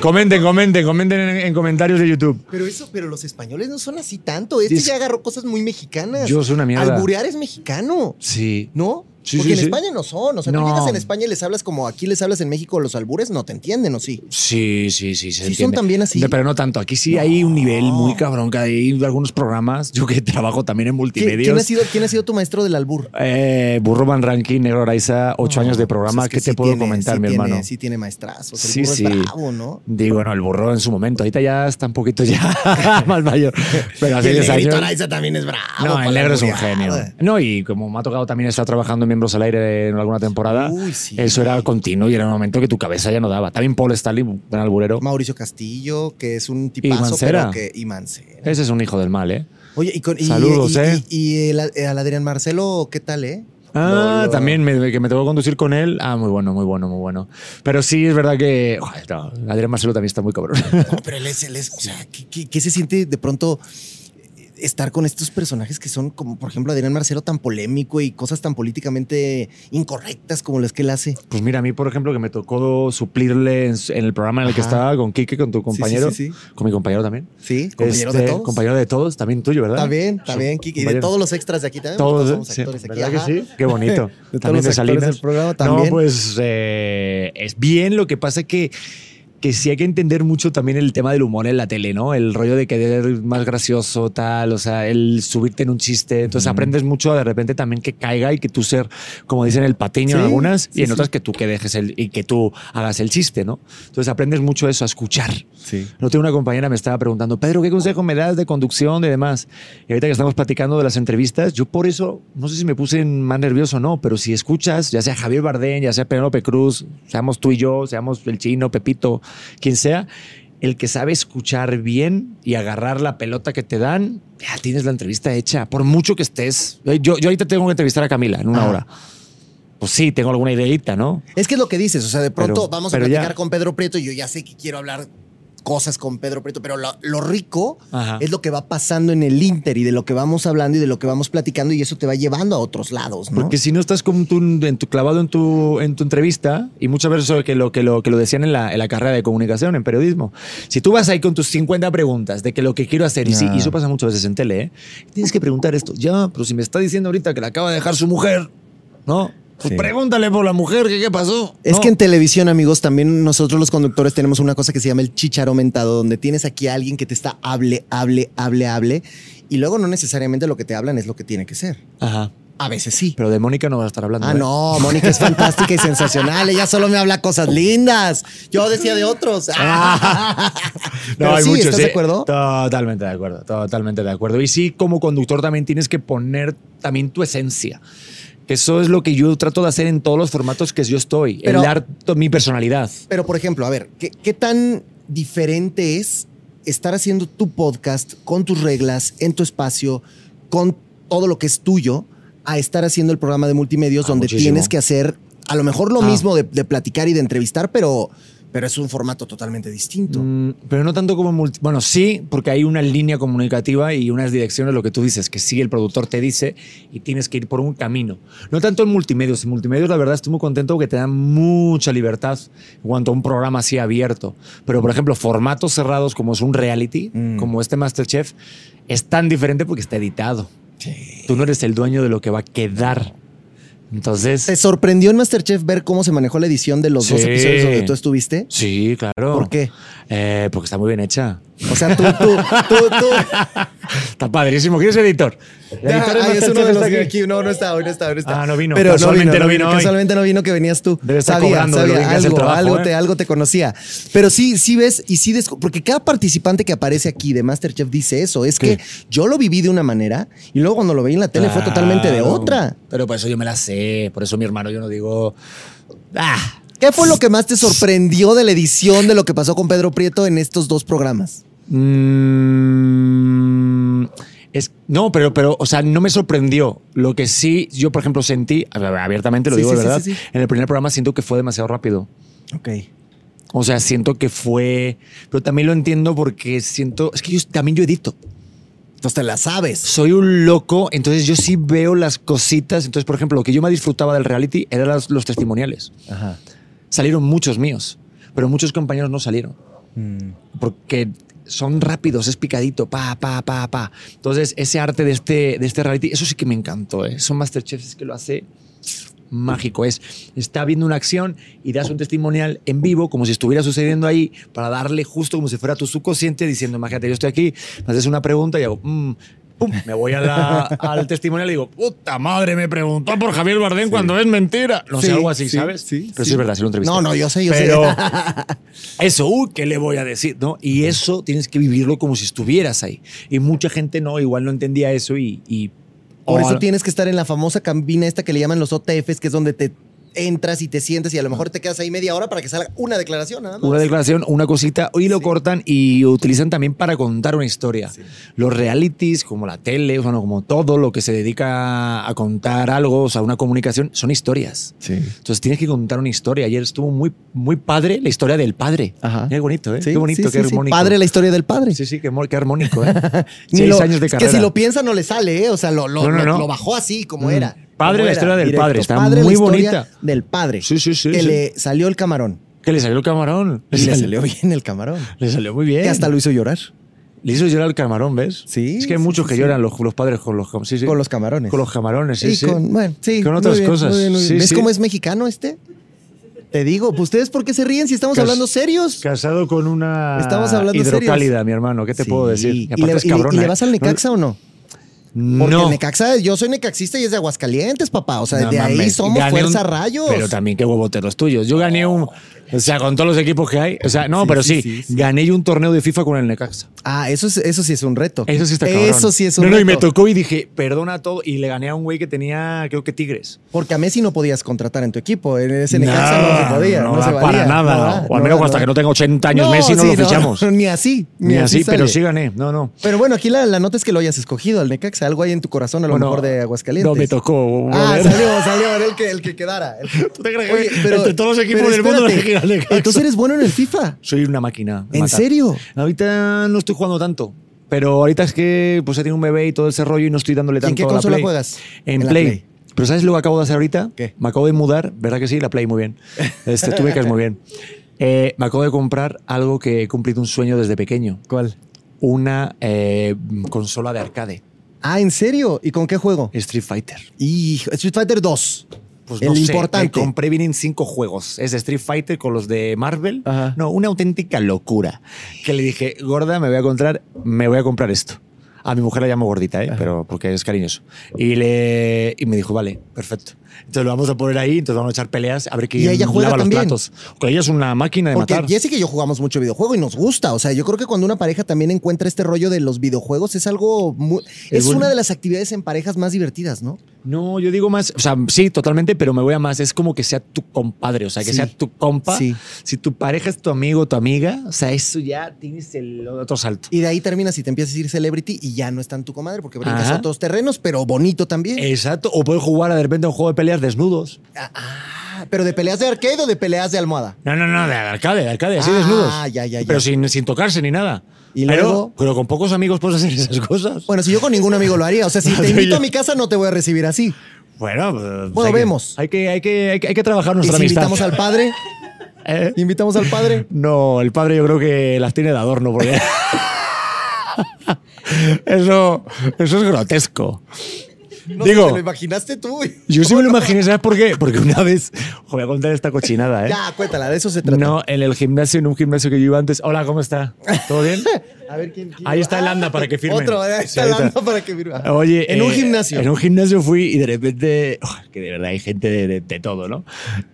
comenten, comenten, comenten en, en comentarios de YouTube. Pero eso, pero los españoles no son así tanto. Este Es- ya agarró cosas muy mexicanas. Yo soy una mierda. Alburear es mexicano, Sí. ¿no? Sí, Porque sí, en sí. España no son. O sea, tú No. llegas en España y les hablas como aquí les hablas en México, los albures no te entienden, ¿o sí? Sí, sí, Sí, sí. Se son entiende. también así. Pero no tanto. Aquí sí hay un nivel muy cabrón. Que hay algunos programas. Yo que trabajo también en ¿Qui- ¿Quién ha, multimedios. sido, ¿Quién ha sido tu maestro del albur? Eh, Burro Van Ranking, Negro Araiza, ocho No, años de pues programa. es que ¿Qué te sí puedo tiene- comentar, sí mi tiene- hermano? Sí tiene maestrazos. El Sí, burro es sí. bravo, ¿no? Digo, bueno, el burro en su momento. Ahorita ya está un poquito ya más mayor. Pero Y hace el 10 negrito años. Araiza también es bravo. No, para el negro es un alburear. genio. No, y como me ha tocado también estar trabajando en Miembros al Aire en alguna temporada, Uy, sí. eso era continuo y era un momento que tu cabeza ya no daba. También Paul Stanley, gran alburero. Mauricio Castillo, que es un tipazo, pero Mancera. que. Y Mancera. Ese es un hijo del mal, ¿eh? Oye, y con. y- Saludos, y- eh. Y, y el, el Adrián Marcelo, ¿qué tal, eh? Ah, Lo- lo- también me, que me tengo que conducir con él. Ah, muy bueno, muy bueno, muy bueno. Pero sí, es verdad que. Joder, no, Adrián Marcelo también está muy cabrón. No, pero él es, él es- o sea, ¿qué, qué, qué se siente de pronto estar con estos personajes que son como, por ejemplo, Adrián Marcelo tan polémico y cosas tan políticamente incorrectas como las que él hace? Pues mira, a mí, por ejemplo, que me tocó suplirle en, en el programa en el que Ajá. estaba con Quique, con tu compañero. Sí, sí, Con mi compañero también. sí. Sí, compañeros Este, de todos. Compañero de todos, también tuyo, ¿verdad? También, también, Su- Kiki. Y de compañero. todos los extras de aquí también. porque Todos, ¿eh? somos sí, actores aquí. ¿verdad que ajá. sí? Qué bonito. De todos también los de actores Salinas. del programa No, también. pues eh, es bien. Lo que pasa que que sí hay que entender mucho también el tema del humor en la tele, ¿no? El rollo de querer más gracioso, tal, o sea, el subirte en un chiste. Entonces aprendes mucho a de repente también que caiga y que tú ser, como dicen, el patiño en Sí, algunas sí, y en sí. otras que tú que dejes el y que tú hagas el chiste, ¿no? Entonces aprendes mucho eso, a escuchar. No tengo una compañera me estaba preguntando, Pedro, ¿qué consejo me das de conducción y demás? Y ahorita que estamos platicando de las entrevistas, yo por eso, no sé si me puse más nervioso o no, pero si escuchas, ya sea Javier Bardem, ya sea Penélope Cruz, seamos tú y yo, seamos el chino, Pepito, quien sea, el que sabe escuchar bien y agarrar la pelota que te dan, ya tienes la entrevista hecha, por mucho que estés. Yo, yo ahorita tengo que entrevistar a Camila en una Ajá. hora. Pues sí, tengo alguna ideita, ¿no? Es que es lo que dices, o sea, de pronto Pero- vamos a pero ya. platicar con Pedro Prieto y yo ya sé que quiero hablar cosas con Pedro Prieto, pero lo, lo rico Ajá. es lo que va pasando en el Inter y de lo que vamos hablando y de lo que vamos platicando y eso te va llevando a otros lados, ¿no? Porque si no estás como tú en tu clavado en tu, en tu entrevista, y muchas veces eso que lo, que lo, que lo decían en la, en la carrera de comunicación, en periodismo, si tú vas ahí con tus 50 preguntas de que lo que quiero hacer, y, sí, Ah. y eso pasa muchas veces en tele, ¿eh? tienes que preguntar esto, ya, pero si me está diciendo ahorita que la acaba de dejar su mujer, ¿no? Pues Sí. pregúntale por la mujer, ¿qué, qué pasó? Es No. que en televisión, amigos, también nosotros los conductores tenemos una cosa que se llama el chicharo mentado, donde tienes aquí a alguien que te está hable, hable, hable, hable, y luego no necesariamente lo que te hablan es lo que tiene que ser. Ajá, A veces sí. pero de Mónica no vas a estar hablando. Ah, ¿eh? no, Mónica es fantástica y sensacional. Ella solo me habla cosas lindas. Yo decía de otros. Pero Ah. No, hay sí, muchos, eh. ¿estás sí. de acuerdo? Totalmente de acuerdo, totalmente de acuerdo. Y sí, como conductor también tienes que poner también tu esencia. Que Eso es lo que yo trato de hacer en todos los formatos que yo estoy, Pero- el dar to- mi personalidad. Pero, por ejemplo, a ver, ¿qué, qué tan diferente es estar haciendo tu podcast con tus reglas, en tu espacio, con todo lo que es tuyo, a estar haciendo el programa de multimedios Ah, donde muchísimo. tienes que hacer a lo mejor lo Ah. mismo de, de platicar y de entrevistar, pero, pero es un formato totalmente distinto? Mm, pero no tanto como multi- bueno sí porque hay una línea comunicativa y unas direcciones lo que tú dices que sí el productor te dice y tienes que ir por un camino no tanto en multimedios en multimedios la verdad estoy muy contento porque te dan mucha libertad en cuanto a un programa así abierto pero por ejemplo formatos cerrados como es un reality Mm. como este Masterchef es tan diferente porque está editado tú no eres el dueño de lo que va a quedar entonces ¿Te sorprendió en Masterchef ver cómo se manejó la edición de los dos Sí. episodios donde tú estuviste? sí claro ¿Por qué? Eh, porque está muy bien hecha. O sea, tú, tú, tú, tú. Está padrísimo. ¿Quién es el editor? El Ah, editor de ahí es Masterchef uno de está los aquí. que aquí. No, no está, hoy, no está, hoy, no está. Ah, no vino. Pero no vino, Casualmente no vino hoy. Casualmente no vino que venías tú. Debe estar sabía, cobrando de lo sabía, bien que hace el algo, trabajo, algo, ¿eh? te, algo te conocía. Pero sí, sí ves y sí descu- porque cada participante que aparece aquí de Masterchef dice eso. Es ¿Qué? que yo lo viví de una manera y luego cuando lo veí en la tele fue Claro. totalmente de otra. Pero por eso yo me la sé. Por eso mi hermano, yo no digo. Ah, ¿Qué fue lo que más te sorprendió de la edición de lo que pasó con Pedro Prieto en estos dos programas? Mm, es, no, pero, pero, o sea, no me sorprendió. Lo que sí, yo, por ejemplo, sentí, a- a- abiertamente lo Sí, digo, sí, de sí, ¿verdad? sí, sí. En el primer programa siento que fue demasiado rápido. Ok. O sea, siento que fue. Pero también lo entiendo porque siento. Es que yo también yo edito. Entonces te la sabes. Soy un loco, entonces yo sí veo las cositas. Entonces, por ejemplo, lo que yo más disfrutaba del reality eran las- los testimoniales. Ajá. Salieron muchos míos, pero muchos compañeros no salieron. Mm. porque son rápidos, es picadito, pa, pa, pa, pa. Entonces, ese arte de este, de este reality, eso sí que me encantó. ¿eh? Son Masterchefs que lo hace mágico. Es, está viendo una acción y das un testimonial en vivo, como si estuviera sucediendo ahí, para darle justo como si fuera tu subconsciente, diciendo, imagínate, yo estoy aquí, me haces una pregunta y hago, mm, pum, me voy a la- al testimonial y digo, puta madre, me preguntó por Javier Bardem cuando es mentira. No Sí, sé, algo así, sí, ¿sabes? sí, Pero sí. sí es verdad, sí lo entrevisté. No, no, yo sé, yo Pero sé. eso, uy, ¿qué le voy a decir? ¿No? Y eso tienes que vivirlo como si estuvieras ahí. Y mucha gente no, igual no entendía eso y... y- Por eso ahora- tienes que estar en la famosa cabina esta que le llaman los OTFs, que es donde te entras y te sientas y a lo mejor te quedas ahí media hora para que salga una declaración nada más. Una declaración, una cosita, y lo cortan y utilizan también para contar una historia. Los realities, como la tele, o sea, no, como todo lo que se dedica a contar algo, o sea, una comunicación, son historias. Sí. Entonces tienes que contar una historia. Ayer estuvo muy, muy padre la historia del padre. Ajá. Qué bonito, ¿eh? Sí, qué bonito, sí, qué sí, sí. armónico. Padre la historia del padre. Sí, sí, qué, mo- qué armónico, ¿eh? Ni Seis lo- años de es carrera. Que si lo piensa no le sale, ¿eh? O sea, lo, lo, No, no, lo- no. lo bajó así como Mm. era. Padre, Como la era, historia del padre, está Padre, la muy historia bonita. Del padre. Sí, sí, sí, Que sí. le salió el camarón. Que le salió el camarón. Y le salió bien el camarón. Le salió muy bien. Que hasta lo hizo llorar. Le hizo llorar el camarón, ¿ves? Sí, Es que hay sí, muchos sí, que sí. lloran los, los padres con los, sí, sí. Con los camarones. Con los camarones, sí, y sí. con, bueno, sí, Con muy otras bien, cosas. muy bien, muy Sí, bien. ¿Ves sí. cómo es mexicano este? Te digo, pues ustedes por qué se ríen si estamos Cas- hablando serios. Casado con una Estamos hablando hidrocálida, serios. mi hermano. ¿Qué te Sí. puedo decir? Y ¿Y, aparte le, es y le- cabrona, y le ¿eh? vas al Necaxa o no? Porque No. el Necaxa, yo soy necaxista y es de Aguascalientes, papá. O sea, No de ahí mames. somos Gané un- fuerza rayos. Pero también qué huevoteros tuyos. Yo gané un... O sea, con todos los equipos que hay. O sea, no, pero sí, Gané yo un torneo de FIFA con el Necaxa. Ah, eso, es, eso sí es un reto. Eso sí está cabrón. Eso sí es un No, no, reto. y me tocó y dije, perdona a todo. Y le gané a un güey que tenía, creo que Tigres. Porque a Messi no podías contratar en tu equipo. En ese No, Necaxa no, se podía. No, no se da valía. para nada. No da, o al menos no da, hasta no que no da. tenga 80 años Messi no sí, lo fichamos. ni así. Ni así, pero sale. sí gané. No, no. Pero bueno, aquí la, la nota es que lo hayas escogido al Necaxa. Algo hay en tu corazón, a lo Bueno, mejor de Aguascalientes. No me tocó. Ah, brother. salió, salió, era el que, el que quedara. El que- Oye, pero- Entre todos los equipos pero del mundo, espérate, elegí al Necaxa. Entonces eres bueno en el FIFA. Soy una máquina. de ¿En matar. serio? Ahorita no estoy jugando tanto. Pero ahorita es que pues he tenido un bebé y todo ese rollo y no estoy ¿Y dándole en tanto qué a la consola Play. juegas? En, En la Play. Play. Pero ¿sabes lo que acabo de hacer ahorita? ¿Qué? Me acabo de mudar, ¿verdad que sí? La Play, muy bien. Este, tú me caes muy bien. Eh, me acabo de comprar algo que he cumplido un sueño desde pequeño. ¿Cuál? Una eh, consola de arcade. Ah, ¿en serio? ¿Y con qué juego? Street Fighter. Hijo, Street Fighter 2. Pues el no sé, me importante. compré vienen cinco juegos. Es Street Fighter con los de Marvel. Ajá. No, una auténtica locura. Que le dije, gorda, me voy a comprar, me voy a comprar esto. A mi mujer la llamo gordita, ¿eh? pero porque es cariñoso. Y, le, y me dijo, vale, perfecto. Entonces lo vamos a poner ahí, entonces vamos a echar peleas, a ver quién Y ella juega lava los también. platos. Porque ella es una máquina de Porque matar. Jessica y yo jugamos mucho videojuego y nos gusta. O sea, yo creo que cuando una pareja también encuentra este rollo de los videojuegos es algo muy- es bueno. una de las actividades en parejas más divertidas, ¿no? No, yo digo más, o sea, sí, totalmente, pero me voy a más. Es como que sea tu compadre, o sea, que Sí. sea tu compa. Sí. Si tu pareja es tu amigo o tu amiga, o sea, eso ya tienes el otro salto. Y de ahí terminas y te empiezas a ir celebrity y ya no es tan tu comadre porque brincas Ajá. Eh. a otros terrenos, pero bonito también. Exacto, o puedes jugar de repente a un juego de peleas desnudos. Ah, pero de peleas de arcade o de peleas de almohada. No, no, no, de arcade, de arcade, así Ah, desnudos. ya, ya, ya. Pero sin, sin tocarse ni nada. Y pero, luego- pero con pocos amigos puedes hacer esas cosas. Bueno, si yo con ningún amigo lo haría. O sea, si te Yo- invito a mi casa, no te voy a recibir así. Bueno, pues, Bueno, hay que- vemos. hay, que, hay, que, hay, que, hay que trabajar Y si nuestra amistad. invitamos al padre, ¿Eh? invitamos al padre. No, el padre yo creo que las tiene de adorno porque... eso, eso es grotesco. No sé, Digo, ¿te lo imaginaste tú? yo sí me lo imaginé, ¿sabes por qué? Porque una vez... Voy a contar esta cochinada, ¿eh? Ya, cuéntala, de eso se trata. No, en el gimnasio, en un gimnasio que yo iba antes. Hola, ¿cómo está? ¿Todo bien? A ver quién. quién- Ahí está el anda para que firmen. Otro, ahí Sí, está ahí el está. anda para que firme. Oye, En un eh, gimnasio. En un gimnasio fui y de repente, oh, que de verdad hay gente de, de- de todo, ¿no?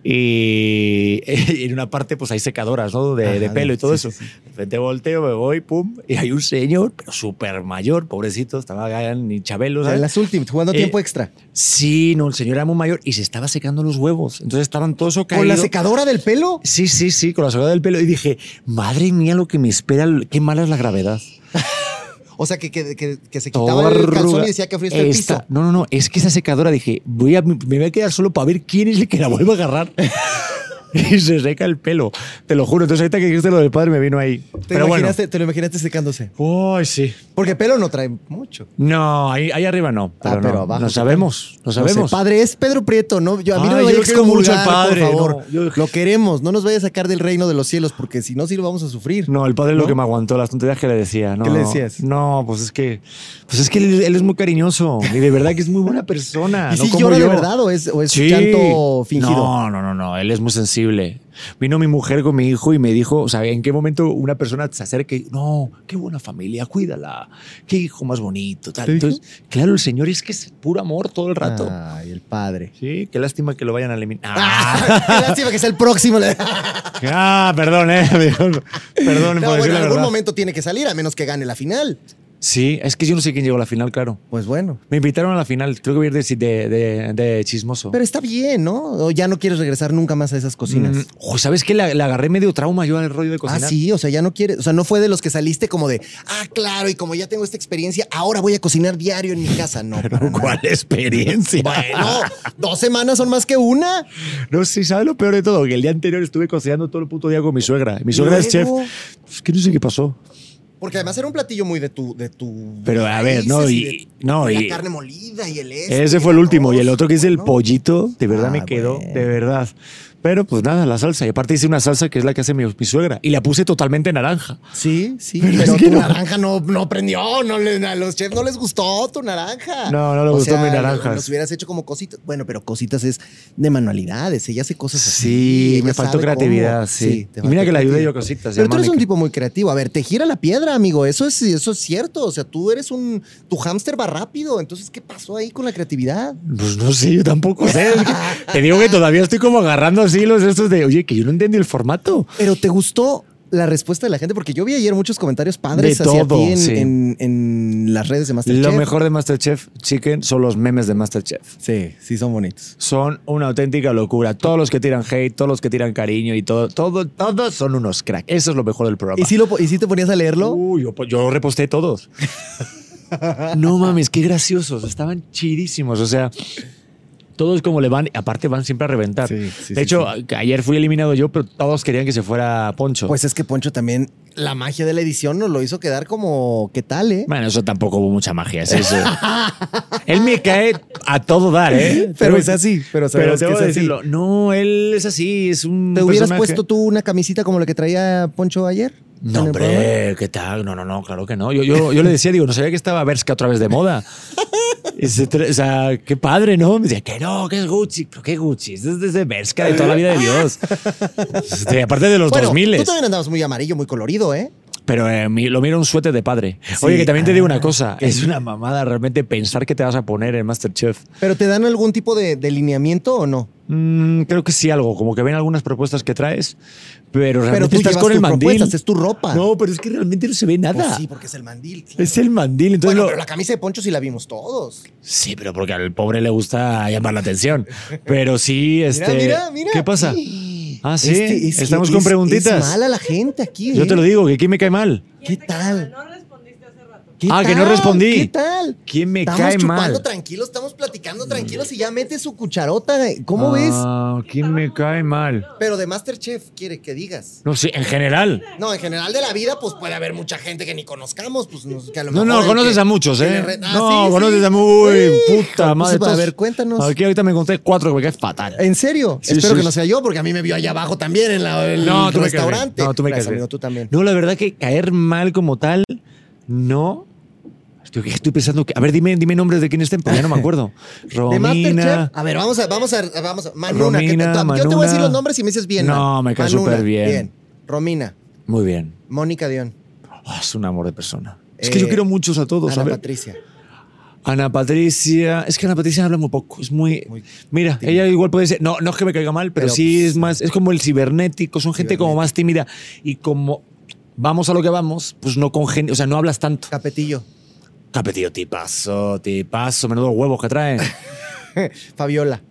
Y en una parte, pues hay secadoras, ¿no? De, de Ajá, pelo y todo sí, eso. sí, sí. De repente volteo, me voy, pum, y hay un señor, pero súper mayor, pobrecito, estaba acá ni Chabelo, O sea, ¿sabes? en las últimas, jugando Eh, tiempo extra. Sí, no, el señor era muy mayor y se estaba secando los huevos. Entonces estaban todos ¿Con la caídos. secadora del pelo? Sí, sí, sí, con la secadora del pelo. Y dije, madre mía, lo que me espera, qué mala es la gravedad. O sea, que, que, que, que se Todo quitaba el calzón arruga. y decía que frío el Esta- piso. No, no, no. Es que esa secadora dije, voy a, me voy a quedar solo para ver quién es el que la vuelve a agarrar. y se seca el pelo. Te lo juro. Entonces, ahorita que dijiste lo del padre, me vino ahí. ¿Te, Pero bueno. imaginaste, te lo imaginaste secándose. Uy, sí. Porque pelo no trae mucho. No, ahí, ahí arriba no. Pero, Ah, pero no. abajo Lo sí sabemos. Lo No sé, sabemos. padre, es Pedro Prieto, ¿no? Yo, a mí no Ay, me yo vaya a lo quiero mucho al excomulgar, padre, por favor. no, yo- Lo queremos, no nos vaya a sacar del reino de los cielos, porque si no, sí lo vamos a sufrir. No, el padre es ¿No? lo que me aguantó, las tonterías que le decía. No, ¿Qué le decías? No, pues es que, pues es que él, él es muy cariñoso y de verdad que es muy buena persona. ¿Y no si como llora de yo. verdad o es, o es Sí. llanto fingido? No, no, no, no. Él es muy sensible. Vino mi mujer con mi hijo y me dijo, o sea, ¿en qué momento una persona se acerca y no, qué buena familia, cuídala, qué hijo más bonito, tal. ¿Te dijo? Entonces, claro, el señor es que es puro amor todo el rato. Ay, el padre. Sí, qué lástima que lo vayan a eliminar. Ah, Ah, qué lástima que sea el próximo. No, ah, perdón, eh. Perdón, perdón por bueno, decir en la algún verdad. momento tiene que salir, a menos que gane la final. Sí, es que yo no sé quién llegó a la final, claro. Pues bueno. Me invitaron a la final, creo que voy a ir de, de- de- de chismoso. Pero está bien, ¿no? O ya no quieres regresar nunca más a esas cocinas. Mm, ojo, ¿Sabes qué? Le, le agarré medio trauma yo al rollo de cocinar. Ah, sí, o sea, ya no quieres. O sea, no fue de los que saliste como de, ah, claro, y como ya tengo esta experiencia, ahora voy a cocinar diario en mi casa. No, para nada. ¿Cuál experiencia? Bueno, dos semanas son más que una. No sé, ¿sabes lo peor de todo? Que el día anterior estuve cocinando todo el puto día con mi suegra. Mi suegra es chef. Luego, Es que no sé qué pasó. Porque además era un platillo muy de tu. De tu Pero, a ver, raíces no, y- de- no, de y- La carne molida y el este, Ese y fue el último. Y el arroz, otro que hice, el bueno. pollito, de verdad Ah, me quedó, bueno. de verdad. Pero pues nada, la salsa. Y aparte hice una salsa que es la que hace mi, mi suegra. Y la puse totalmente naranja. Sí, sí. Pero Pero, es que tu no. naranja no, no prendió. No le- a los chefs no les gustó tu naranja. No, no le O gustó sea, mi naranja. Los hubieras hecho como cositas. Bueno, pero cositas es de manualidades. Ella hace cosas así. Sí, ella me faltó sabe creatividad, cómo. sí. te Y faltó mira que le ayudé creatividad. yo cositas. Pero tú eres llámame un que- tipo muy creativo. A ver, te gira la piedra, amigo. Eso es, eso es cierto. O sea, tú eres un. Tu hámster va rápido. Entonces, ¿qué pasó ahí con la creatividad? Pues no sé, yo tampoco sé. Es que Te digo que todavía estoy como agarrando así los estos de, oye, que yo no entendí el formato. Pero te gustó la respuesta de la gente, porque yo vi ayer muchos comentarios padres De hacia todo, ti en, sí. en- en las redes de Masterchef. Lo mejor de Masterchef Chicken son los memes de Masterchef. Sí, sí, son bonitos. Son una auténtica locura. Todos los que tiran hate, todos los que tiran cariño y todo, todo, todos son unos crack. Eso es lo mejor del programa. ¿Y si, lo, po- ¿Y si te ponías a leerlo? Uy, yo, yo lo reposté todos. no mames, qué graciosos. Estaban chidísimos. O sea, todos como le van, aparte van siempre a reventar. Sí, sí, de sí, hecho, a- ayer fui eliminado yo, pero todos querían que se fuera Poncho. Pues es que Poncho también, la magia de la edición nos lo hizo quedar como, ¿qué tal, eh? Bueno, eso tampoco hubo mucha magia. es eso. él me cae a todo dar, ¿eh? Pero es así, pero Pero sabemos tengo que que es así. decirlo. No, él es así, es un. ¿Te hubieras personaje- puesto tú una camisita como la que traía Poncho ayer? No, en el programa? hombre, ¿qué tal? No, no, no, claro que no. Yo, yo, yo le decía, digo, no sabía que estaba Berska otra vez de moda. Ese tre- o sea, qué padre, ¿no? Me decía, que no, que es Gucci. ¿Pero qué Gucci? Es desde de Berska de toda la vida de Dios. Este, aparte de los Bueno, 2000. tú también andabas muy amarillo, muy colorido, ¿eh? Pero eh, mi- lo miro un suéter de padre. Oye, Sí. que también te digo una Ah. cosa. Es una mamada realmente pensar que te vas a poner en Masterchef. ¿Pero te dan algún tipo de, de lineamiento o no? Mm, creo que sí algo, como que ven algunas propuestas que traes, pero realmente Pero tú estás llevas con el tus mandil. propuestas, es tu ropa. No, pero es que realmente no se ve nada. Pues sí, porque es el mandil. claro. Es el mandil, entonces bueno, lo- pero la camisa de Poncho sí la vimos todos. Sí, pero porque al pobre le gusta llamar la atención. Pero sí, este. mira, mira, mira. ¿Qué pasa? Ah, sí, Este, que estamos con es- preguntitas. Es mala la gente aquí. Yo ¿eh? te lo digo, que quién me cae mal. ¿Qué tal? este No respondiste hace rato. ¿Qué Ah, que no tal? respondí. ¿Qué tal? ¿Quién me estamos cae chupando mal? tranquilos, estamos platicando tranquilos y ya mete su cucharota. ¿Cómo ves? Ah, ¿Quién me cae mal? Pero de Masterchef quiere que digas. No sé, en general. No, en general de la vida, pues puede haber mucha gente que ni conozcamos. Pues, nos- que a lo No, mejor no, el conoces que- a muchos, que le ¿eh? re- Ah, No, sí, conoces sí. a muy puta Entonces, madre. pues, a todos- ver, cuéntanos. Aquí ahorita me conté cuatro que me cae fatal. ¿En serio? Sí, Espero sí, que no sí. sea yo, porque a mí me vio allá abajo también en la, el No, tú me caes bien. restaurante. No, tú me Gracias, caes bien. amigo, tú también. No, la verdad que caer mal como tal, no. Estoy, estoy pensando que. A ver, dime, dime nombres de quién estén, porque ya no me acuerdo. De Romina. Masterchef. A ver, vamos a, vamos a, vamos a. Manuna, que te- Romina, yo te voy a decir Manuna. los nombres y me dices bien. No, man. me cae Manuna, súper bien. Romina, Muy bien. Mónica Dion. Oh, es un amor de persona. Es Eh, que yo quiero muchos a todos. Ana a ver. Patricia. Ana Patricia. Es que Ana Patricia habla muy poco. Es muy. Muy mira, tímida. ella igual puede ser. No, no es que me caiga mal, pero, Pero, sí pues, es más. Es como el cibernético. Son gente como Cibernético. más tímida. Y como vamos a lo que vamos, pues no con gente. O sea, no hablas tanto. Capetillo. Capetillo, tipazo, tipazo. Menudo huevos que traen. Fabiola.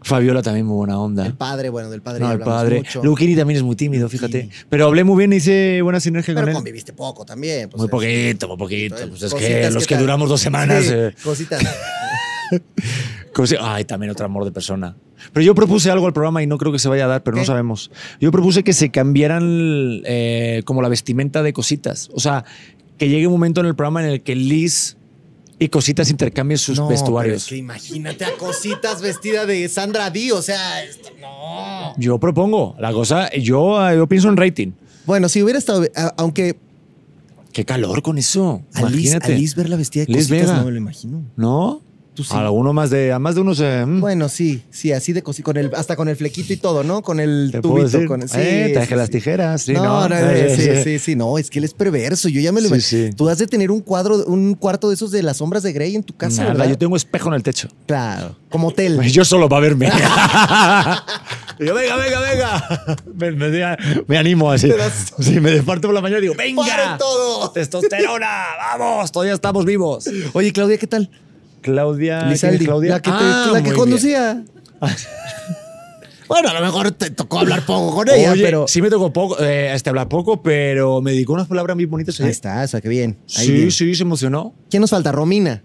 Fabiola también muy buena onda. El padre, bueno, del padre. Ah. No, ya el hablamos padre. mucho. Luquini también es muy tímido, fíjate. Luquini. Pero hablé muy bien, hice buena sinergia Pero con él. conviviste poco también. pues, muy es- poquito, muy poquito. Entonces, Pues es que cositas los que tal. duramos dos semanas. Sí, eh, cositas. cosi- Ay, también otro amor de persona. Pero yo propuse algo al programa y no creo que se vaya a dar, pero no ¿Qué? sabemos. Yo propuse que se cambiaran eh, como la vestimenta de cositas. O sea, que llegue un momento en el programa en el que Liz y cositas intercambien sus No, pero vestuarios. es que imagínate a cositas vestida de Sandra Dee, o sea, esto- no. Yo propongo la cosa, yo, yo pienso en rating. Bueno, si hubiera estado, a- aunque Qué calor con eso. a Liz, Imagínate. a Liz ver la vestida de Liz cositas Vega. no me lo imagino. ¿No? Tú sí. Alguno más de, más de unos. eh, mm. Bueno, sí, sí, así de cositas, con el, hasta con el flequito y todo, ¿no? Con el Te puedo tubito, decir, con el, sí, eh, te sí, dejé las sí. tijeras. Sí, no, no, no, no, sí, sí, sí, no, es que él es perverso, yo ya me lo Sí, imagino. sí. Tú has de tener un cuadro, un cuarto de esos de las sombras de Grey en tu casa, Nada, ¿verdad? yo tengo espejo en el techo. Claro, como hotel. Yo solo para verme. Y yo, venga, venga, venga. Me, me- me animo así. Sí, me desparto por la mañana y digo, venga. ¡Paren todo! Testosterona, vamos, todavía estamos vivos. Oye, Claudia, ¿qué tal? Claudia, ¿quién es Lizaldi, Claudia? la que, te- Ah, la que muy bien. conducía. Bueno, a lo mejor te tocó hablar poco con ella, Oye, pero. sí me tocó poco, eh, este, hablar poco, pero me dedicó unas palabras muy bonitas. Ahí oye. está, o sea, qué bien. Ahí Sí, bien. sí, se emocionó. ¿Quién nos falta? Romina.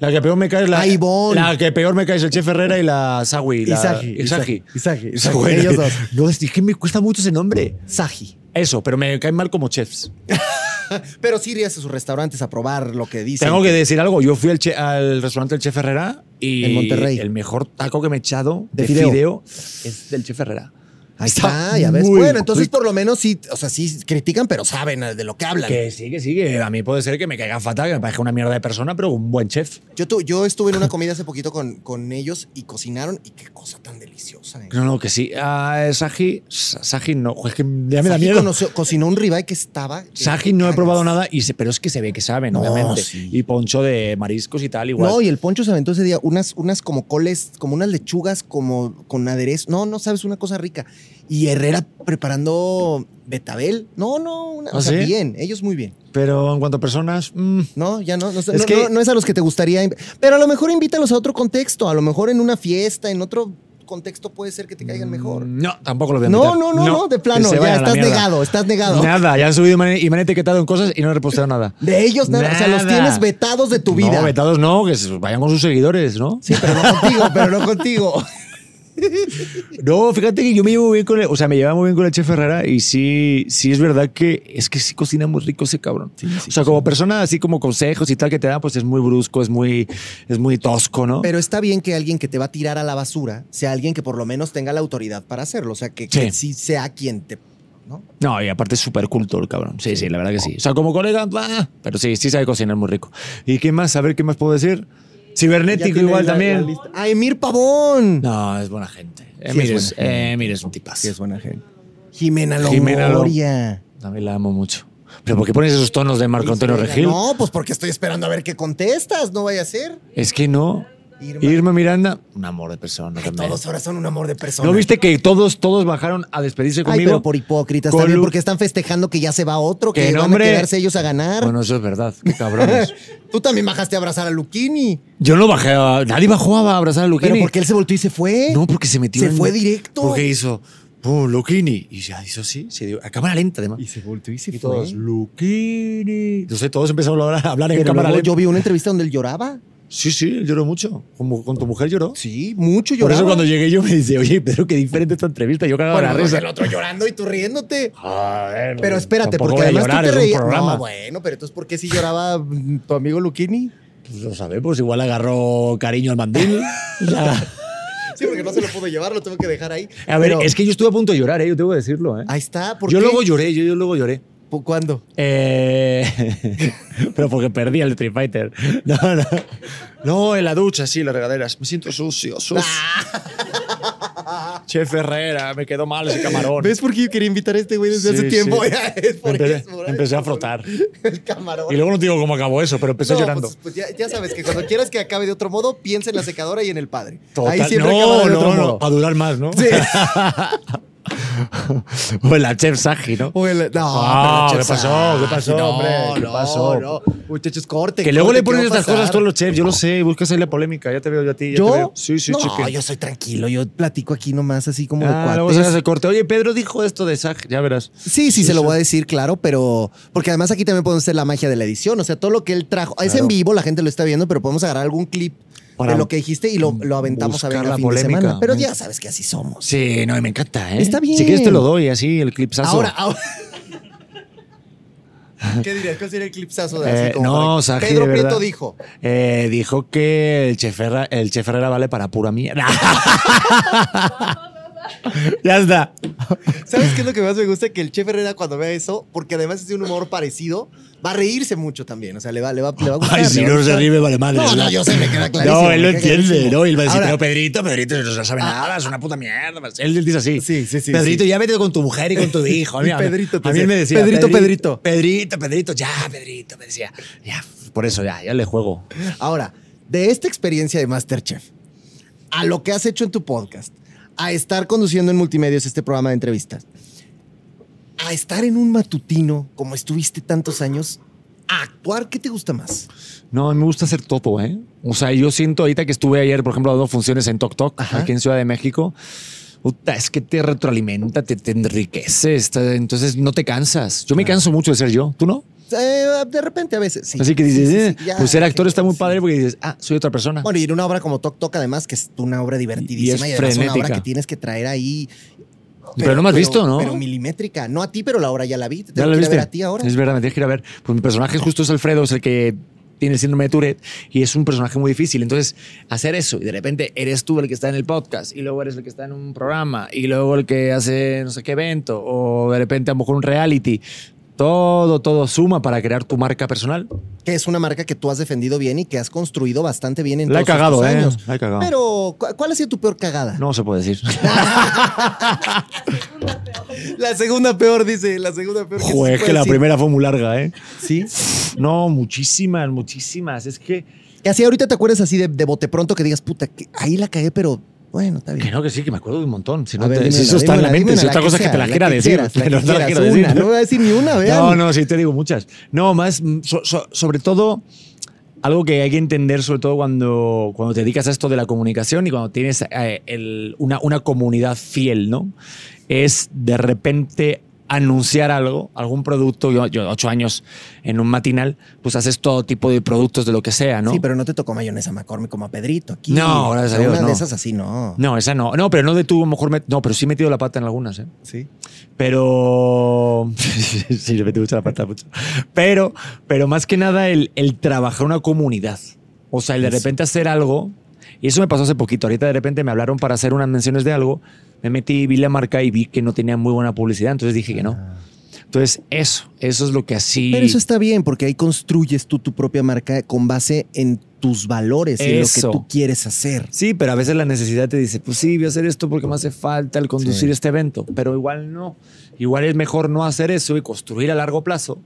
La que peor me cae es la. Ah, Ivonne. La que peor me cae es el Chef Herrera y la Sawi. La, Isagi, Isagi. Isagi, Isagi, Esa Isagi, güey. ellos dos. No, es que me cuesta mucho ese nombre. Saji. Eso, pero me caen mal como chefs. Pero sí irías a sus restaurantes a probar lo que dicen. Tengo que decir algo. Yo fui al, che- al restaurante del Chef Herrera y. En Monterrey. El mejor taco que me he echado de, De fideo. fideo. es del Chef Herrera. Ahí Está está, ya ves. muy Bueno, entonces rico. por lo menos sí, o sea, sí critican, pero saben eh, de lo que hablan. Que sí, que sí, que a mí puede ser que me caiga fatal, que me parezca una mierda de persona, pero un buen chef. Yo, tu- yo estuve en una comida hace poquito con, con ellos y cocinaron y qué cosa tan deliciosa. eh. No, no, que sí. Ah, Saji, Saji no. Es que ya me da Saji miedo. conoció- cocinó un ribeye que estaba. que Saji no he cagas. probado nada, y se- pero es que se ve que saben, No, obviamente. sí. Y poncho de mariscos y tal, igual. No, y el poncho se aventó ese día unas, unas como coles, como unas lechugas, como con aderezo. No, no sabes, una cosa rica. Y Herrera preparando betabel. No, no, una, ¿Ah, o sea, sí? bien, ellos muy bien. Pero en cuanto a personas, mm, No, ya no, no, no, Es que- no- no es a los que te gustaría. inv- Pero a lo mejor invítalos a otro contexto, a lo mejor en una fiesta, en otro contexto puede ser que te caigan mejor. no, tampoco lo voy a No, meter. no, no, no, de que plano, se ya vayan a la estás mierda. negado, estás negado. Nada, ya han subido y me han- y me han etiquetado en cosas y no he reposteado nada. De ellos nada, o sea, los Nada. tienes vetados de tu vida. No, vetados no, que se vayan con sus seguidores, ¿no? Sí, pero no contigo, pero no contigo. No, fíjate que yo me llevo bien con el, o sea, me llevaba muy bien con el chef Herrera y sí, sí es verdad que es que sí cocina muy rico ese cabrón. o sea, como persona así como consejos y tal que te da, pues es muy brusco, es muy, es muy tosco, ¿no? Pero está bien que alguien que te va a tirar a la basura sea alguien que por lo menos tenga la autoridad para hacerlo. O sea, que que sí, Sí. sea quien te. ¿no? No, y aparte es súper culto el cabrón. Sí, sí, la verdad que sí. O sea, como colega, bah, pero sí, sí sabe cocinar muy rico. ¿Y qué más? A ver, ¿qué más puedo decir? Ya Cibernético tiene igual la- la también. lista. ¡A Emir Pavón! No, es buena gente. Sí, Eh, es mire, buena es, gente. eh, mire, es un tipazo. Sí, es buena gente. Jimena Jimena Lo- Longoria. También la amo mucho. Pero ¿por qué pones esos tonos de Marco Antonio Dice, Regil? No, pues porque estoy esperando a ver qué contestas. No vaya a ser. Es que no. Irma. Irma. Miranda, un amor de persona también. Todos ahora son un amor de persona. ¿No viste que todos, todos bajaron a despedirse Ay, conmigo? pero por hipócritas Con también, Lu- porque están festejando que ya se va otro, Que que van a nombre- quedarse ellos a ganar. Bueno, eso es verdad, qué cabrones. Tú también bajaste a abrazar a Luquini. Yo no bajé a... Nadie bajó a abrazar a Luquini. Pero porque él se volteó y se fue. No, pues, porque se metió Eh, Se en- fue directo. Porque hizo, pum, Luquini. Y ya hizo así, se dio, a cámara lenta además. se volteó se Y todos, Luquini. No sé, todos empezaron a hablar, a hablar en Pero cámara luego lenta. yo vi una entrevista donde él lloraba. Sí, sí, él lloró mucho. Como con tu mujer lloró. Sí, mucho Por lloraba. eso cuando llegué yo me dice, oye, Pedro, qué diferente esta entrevista. Yo cagaba Bueno, la risa. el otro llorando y tú riéndote. Joder, Pero espérate, tampoco porque voy a además llorar, tú es te un reías. programa. No, bueno, pero entonces ¿por qué si lloraba mm, tu amigo Luquini? Pues lo sabemos, igual agarró cariño al mandil. O sea, Sí, porque no se lo pudo llevar, lo tengo que dejar ahí. a ver, Pero- es que yo estuve a punto de llorar, ¿eh? yo tengo que decirlo. ¿eh? Ahí está, Yo ¿por qué? luego lloré, yo, yo luego lloré. ¿Pu- ¿Cuándo? Eh, pero porque perdí el Street Fighter. No, no. No, en la ducha, sí, en las regaderas. Me siento sucio, sucio. Chef Herrera, me quedó mal ese camarón. Ah. ¿Ves por qué yo quería invitar a este güey desde Sí, hace tiempo? sí. Es por Empecé- eso, por empecé a eso. frotar. El camarón. Y luego no te digo cómo acabó eso, pero empezó No, llorando. pues- pues ya, ya sabes que cuando quieras que acabe de otro modo, piensa en la secadora y en el padre. Total- Ahí siempre acaba no, de otro no, no, modo. para durar más, ¿no? Sí. O la Chef Saji, ¿no? O el- no, Ah, pero ¿qué chef, pasó? ah, ¿Qué pasó, no, hombre? ¿Qué no, pasó? no. Muchachos, corte. Que luego corte, le ponen ¿qué va a estas cosas pasar? todos los chefs, yo lo sé, busca hacerle polémica, ya te veo yo a ti. ya te ¿Yo? veo. Sí, sí, no, chiquen. yo soy tranquilo, yo platico aquí nomás así como de Ah, cuates. luego se hace corte. Oye, Pedro dijo esto de Saj, ya verás. Sí, sí, Sí, se lo sí. voy a decir, claro, pero. Porque además aquí también podemos hacer la magia de la edición. O sea, todo lo que él trajo. Es Claro. en vivo, la gente lo está viendo, pero podemos agarrar algún clip Para de lo que dijiste y lo, lo aventamos a buscar ver la la fin de polémica. semana. Pero Me- ya sabes que así somos. Sí, no, me encanta, ¿eh? Está bien. Si quieres te lo doy, así, el clipsazo. Ahora, ahora. ¿Qué dirías? ¿Cuál sería el clipsazo de así? Eh, como no, para- Saji, Pedro de verdad. Prieto dijo. Eh, dijo que el Chef Herrera- el Chef Herrera vale para pura mierda. ya está. ¿Sabes qué es lo que más me gusta? Que el chef Herrera cuando vea eso, porque además es de un humor parecido, va a reírse mucho también. O sea, le va, le va, le va a gustar. Ay, si le va a no se gustar. ríe, vale madre. No, ¿verdad? no, yo sé, me queda clarísimo. No, él lo me queda entiende, clarísimo. ¿no? Y él va a decir, Ahora- pero Pedrito, Pedrito no sabe nada, es una puta mierda. Pues Él dice así. Sí, sí, sí, Pedrito, sí. ya vete con tu mujer y con tu hijo. A mí, Y Pedrito te a mí él decía, me decía. "Pedrito, "Pedri- Pedrito". Pedrito, Pedrito, ya, Pedrito, me decía. Ya, por eso ya, ya le juego. Ahora, de esta experiencia de Masterchef, a lo que has hecho en tu podcast, a estar conduciendo en multimedios este programa de entrevistas, a estar en un matutino como estuviste tantos años, a actuar, ¿qué te gusta más? No, me gusta hacer todo, ¿eh? O sea, yo siento ahorita que estuve ayer, por ejemplo, a dos funciones en Tok Tok, Ajá. aquí en Ciudad de México. Puta, es que te retroalimenta, te, te enriquece, está- entonces no te cansas. Yo me canso mucho de ser yo, ¿tú no? Eh, de repente a veces, sí. Así que dices, Sí, sí, "Eh, sí, ya, pues ser actor que- está muy sí. padre porque dices, ah, soy otra persona. Bueno, y en una obra como Tok Tok, además, que es una obra divertidísima y, Y es además una obra frenética. que tienes que traer ahí. Pero no me has visto, ¿no? Pero milimétrica. No a ti, pero la obra ya la vi. Te ¿Ya tengo que la ir a viste? ver a ti ahora. Es verdad, me tienes que ir a ver. Pues mi personaje justo es Alfredo, es el que tiene el síndrome de Tourette y es un personaje muy difícil. Entonces, hacer eso y de repente eres tú el que está en el podcast y luego eres el que está en un programa y luego el que hace no sé qué evento o de repente a lo mejor un reality. Todo, todo suma para crear tu marca personal. Que es una marca que tú has defendido bien y que has construido bastante bien en La he todos estos cagado, ¿eh? años. La he cagado. Pero, ¿cu- ¿cuál ha sido tu peor cagada? No se puede decir. La segunda peor, dice. La segunda peor. Pues sí Joder, se es que la puede decir. primera fue muy larga, ¿eh? Sí. No, muchísimas, muchísimas. Es que... Y así ahorita te acuerdas así de, de bote pronto que digas, puta, que ahí la cagué, pero bueno, está bien. Que no, que sí, que me acuerdo de un montón. Si A no ver, te- dímela, si eso está en la dímela, mente, es dímela, otra cosa que sea, te la quiera que decir. quieras, la pero que no te la quieras, quiero decir. una, No voy a decir ni una, vean. No, no, sí te digo muchas. No, más mm, so- so- sobre todo algo que hay que entender, sobre todo cuando, cuando te dedicas a esto de la comunicación y cuando tienes eh, el- una, una comunidad fiel, ¿no? Es de repente anunciar algo, algún producto. Yo, yo ocho años en un matinal, pues haces todo tipo de productos de lo que sea, ¿no? Sí, pero no te tocó mayonesa McCormick como a Pedrito aquí. No, gracias a O sea, Dios, Una de no. esas así, no. No, esa no. No, pero no de tu, a lo mejor. met- no, pero sí he metido la pata en algunas, ¿eh? Sí. Pero. sí, le metí mucho la pata, mucho. Pero, pero más que nada el, el trabajar una comunidad. O sea, el de Eso. repente hacer algo. Y eso me pasó hace poquito. Ahorita de repente me hablaron para hacer unas menciones de algo. Me metí, vi la marca y vi que no tenía muy buena publicidad. Entonces dije que no. Ah. Entonces, eso. Eso es lo que así. Pero eso está bien, porque ahí construyes tú tu propia marca con base en tus valores y en lo que Eso. tú quieres hacer. Sí, pero a veces la necesidad te dice, pues sí, voy a hacer esto porque me hace falta el conducir Sí. este evento, pero igual no. Igual es mejor no hacer eso y construir a largo plazo.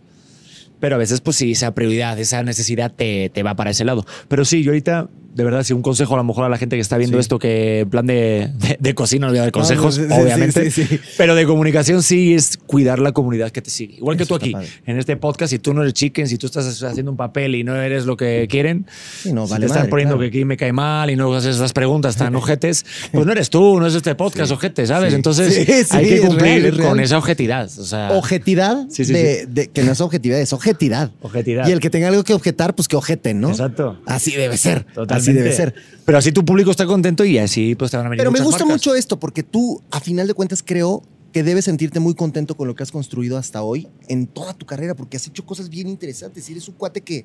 Pero a veces, pues sí, esa prioridad, esa necesidad te, te va para ese lado. Pero sí, yo ahorita, de verdad, si un consejo a lo mejor a la gente que está viendo Sí. esto, que en plan de, de- de cocina, no voy a dar consejos, sí, sí, obviamente. sí, sí. Pero de comunicación sí es cuidar la comunidad que te sigue. Igual que Eso tú está aquí, padre. en este podcast, si tú no eres chicken, si tú estás haciendo un papel y no eres lo que quieren, Sí, no, si vale te están madre, poniendo claro. que aquí me cae mal y no haces esas preguntas tan ojetes, pues no eres tú, no es este podcast ojete, ¿sabes? sí. Entonces Sí, sí, hay que es cumplir real, es con real. esa objetividad. O sea, Objetividad, Ah. Sí, sí, de, de- que no es objetividad, es objetividad. objetividad. Y el que tenga algo que objetar, pues que objeten, ¿no? Exacto. Así debe ser. Totalmente. Así debe ser. Pero así tu público está contento y así pues te van a venir Pero me muchas gusta marcas. mucho esto, porque tú, a final de cuentas, creo que debes sentirte muy contento con lo que has construido hasta hoy en toda tu carrera, porque has hecho cosas bien interesantes. Y eres un cuate que,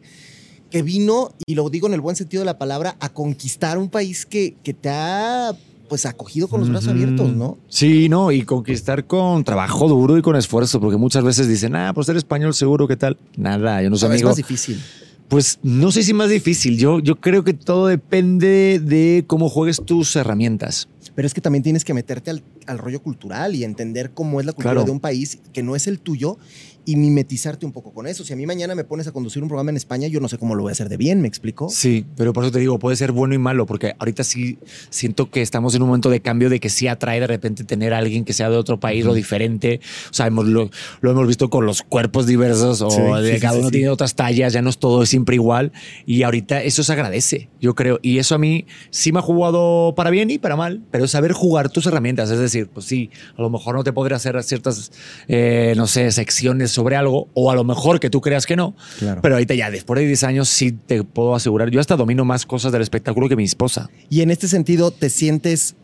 que vino, y lo digo en el buen sentido de la palabra, a conquistar un país que, que te ha pues acogido con los brazos Ujú. abiertos, ¿no? Sí, no, y conquistar con trabajo duro y con esfuerzo, porque muchas veces dicen, ah, pues ser español seguro, ¿qué tal? Nada, yo no soy es amigo. más difícil. Pues no sé si más difícil. Yo, yo creo que todo depende de cómo juegues tus herramientas. Pero es que también tienes que meterte al, al rollo cultural y entender cómo es la cultura Claro. de un país que no es el tuyo y mimetizarte un poco con eso. Si a mí mañana me pones a conducir un programa en España, yo no sé cómo lo voy a hacer de bien, ¿me explico? Sí, pero por eso te digo, puede ser bueno y malo, porque ahorita sí siento que estamos en un momento de cambio de que sí atrae de repente tener a alguien que sea de otro país o diferente. O sea, hemos- lo, lo hemos visto con los cuerpos diversos o Sí, de sí, cada sí, uno sí. tiene otras tallas, ya no es todo siempre igual. Y ahorita eso se agradece, yo creo. Y eso a mí sí me ha jugado para bien y para mal, pero es saber jugar tus herramientas. Es decir, pues sí, a lo mejor no te podré hacer ciertas, eh, no sé, secciones sobre algo, o a lo mejor que tú creas que no, Claro. pero ahorita ya, después de 10 años, sí te puedo asegurar. Yo hasta domino más cosas del espectáculo que mi esposa. Y en este sentido, ¿te sientes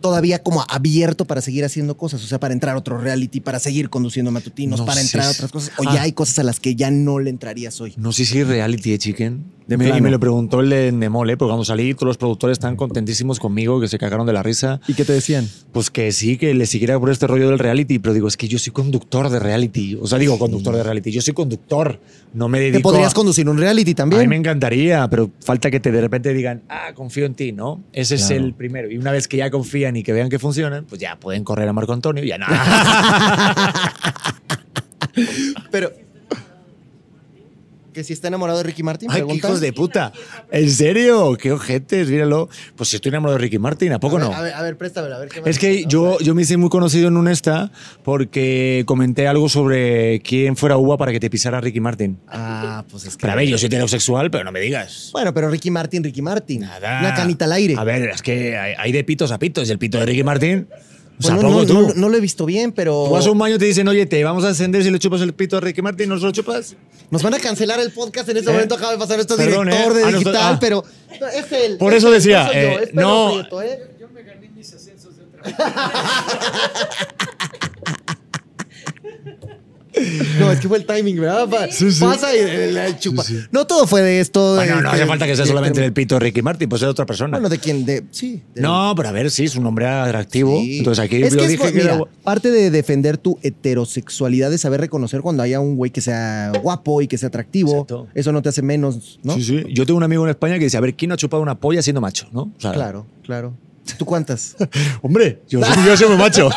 todavía como abierto para seguir haciendo cosas? O sea, para entrar a otro reality, para seguir conduciendo matutinos, No para sé entrar a si- otras cosas. O Ah. ya hay cosas a las que ya no le entrarías hoy. No sé si es reality, eh, chicken. De Me- y plano. me lo preguntó el de Nemole, porque cuando salí, todos los productores estaban contentísimos conmigo, que se cagaron de la risa. ¿Y qué te decían? Pues que sí, que le siguiera por este rollo del reality, pero digo, es que yo soy conductor de reality. O sea, digo, conductor de reality. Yo soy conductor. No me dedico. Que podrías a- conducir un reality A mí también. me encantaría, pero falta que te de repente digan, ah, confío en ti, ¿no? Ese es Claro. el primero. Y una vez que ya confían y que vean que funcionan, pues ya pueden correr a Marco Antonio y ya no. Pero. Que si está enamorado de Ricky Martin, Ay, qué pregunta. hijos de puta. ¿En serio? ¿Qué ojetes? Míralo. Pues si estoy enamorado de Ricky Martin, ¿a poco a ver, no? A ver, a ver, préstamelo, a ver qué más Es que dice, ¿no? yo, yo me hice muy conocido en un esta porque comenté algo sobre quién fuera uva para que te pisara Ricky Martin. Ah, pues es que. Pero a ver, yo soy heterosexual, pero no me digas. Bueno, pero Ricky Martin, Ricky Martin. Nada. Una canita al aire. A ver, es que hay, hay de pitos a pitos. Y el pito de Ricky Martin, o sea, Bueno, pues, ¿a poco no, tú? no, no lo he visto bien, pero. Tú vas a un baño y te dicen, oye, te vamos a encender si le chupas el pito a Ricky Martin, ¿no se lo chupas? Nos van a cancelar el podcast en este Eh, momento. Acaba de pasar nuestro perdón, director eh, de a digital, nosotros- ah. pero no, es él. Por es eso él, decía, soy eh, es Pedro no. Prieto, ¿eh? Yo me gané mis ascensos de trabajo. No, es que fue el timing, ¿verdad? Pa- Sí, sí. Pasa y eh, la chupa. No todo fue de esto. Bueno, no este, hace falta que sea director- solamente el pito de Ricky Martin, pues es otra persona. Bueno, de quién, de. Sí. de- No, pero a ver, sí, es un hombre atractivo. Sí. Entonces aquí Es yo que es dije bu- que era mira, gu- parte de defender tu heterosexualidad es saber reconocer cuando haya un güey que sea guapo y que sea atractivo. Exacto. Eso no te hace menos, ¿no? Sí, sí. Yo tengo un amigo en España que dice, a ver, ¿quién no ha chupado una polla siendo macho? ¿No? O sea, Claro, claro. ¿Tú cuántas? Hombre, yo, yo soy muy macho.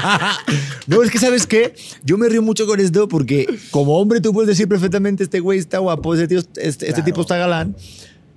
no, es que sabes qué, yo me río mucho con esto porque como hombre tú puedes decir perfectamente, este güey está guapo, este, tío- este- este Claro. tipo está galán.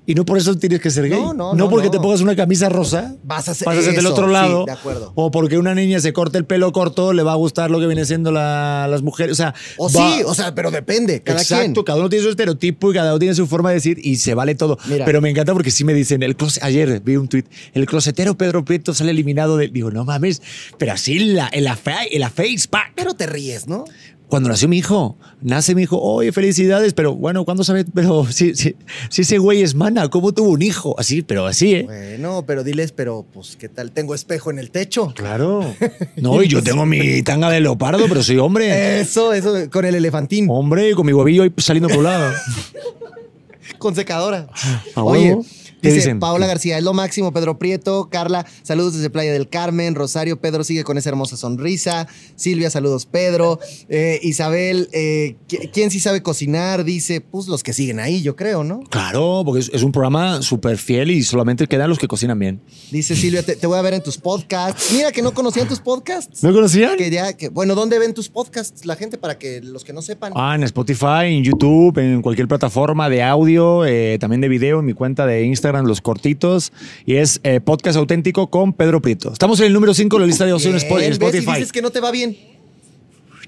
Y no por eso tienes que ser gay. No, no, no, no porque no. te pongas una camisa rosa, Vas a ser- pasas del eso, otro sí, lado. de acuerdo. O porque una niña se corta el pelo corto, le va a gustar lo que viene siendo la- las mujeres. O sea, O va- sí, o sea, pero depende. Cada Eh, Exacto, quien. cada uno tiene su estereotipo y cada uno tiene su forma de decir y se vale todo. Mira. Pero me encanta porque sí me dicen, el closet- ayer vi un tuit, el closetero Pedro Prieto sale eliminado de... Digo, no mames, pero así en la, en la, fa- en la face pack. Pero te ríes, ¿no? Cuando nació mi hijo, nace mi hijo, oye, felicidades, pero bueno, ¿cuándo sabes? Pero si, si, si ese güey es mana, ¿cómo tuvo un hijo? Así, pero así, ¿eh? Bueno, pero diles, pero pues, ¿qué tal? Tengo espejo en el techo. Claro. No, y yo tengo mi tanga de leopardo, pero soy hombre. Eso, eso, con el elefantín, Hombre, con mi huevillo ahí pues, saliendo por un lado. con secadora. ¿A Oye, huevo? ¿Qué dice dicen? Paola García, es lo máximo, Pedro Prieto, Carla, saludos desde Playa del Carmen, Rosario, Pedro sigue con esa hermosa sonrisa, Silvia, saludos Pedro, Eh, Isabel, eh, ¿qui- ¿quién sí sabe cocinar? Dice, pues los que siguen ahí, yo creo, ¿no? Claro, porque es, es un programa súper fiel y solamente quedan los que cocinan bien. Dice Silvia, te, te voy a ver en tus podcasts. Mira que no conocían tus podcasts. ¿No conocían? Que ya, que, bueno, ¿dónde ven tus podcasts la gente para que los que no sepan? Ah, en Spotify, en YouTube, en cualquier plataforma de audio, eh, también de video, en mi cuenta de Instagram, los cortitos. Y es eh, Podcast Auténtico con Pedro Prieto. Estamos en el número 5 de la lista de opción Bien, en ves y Spotify. dices que no te va bien.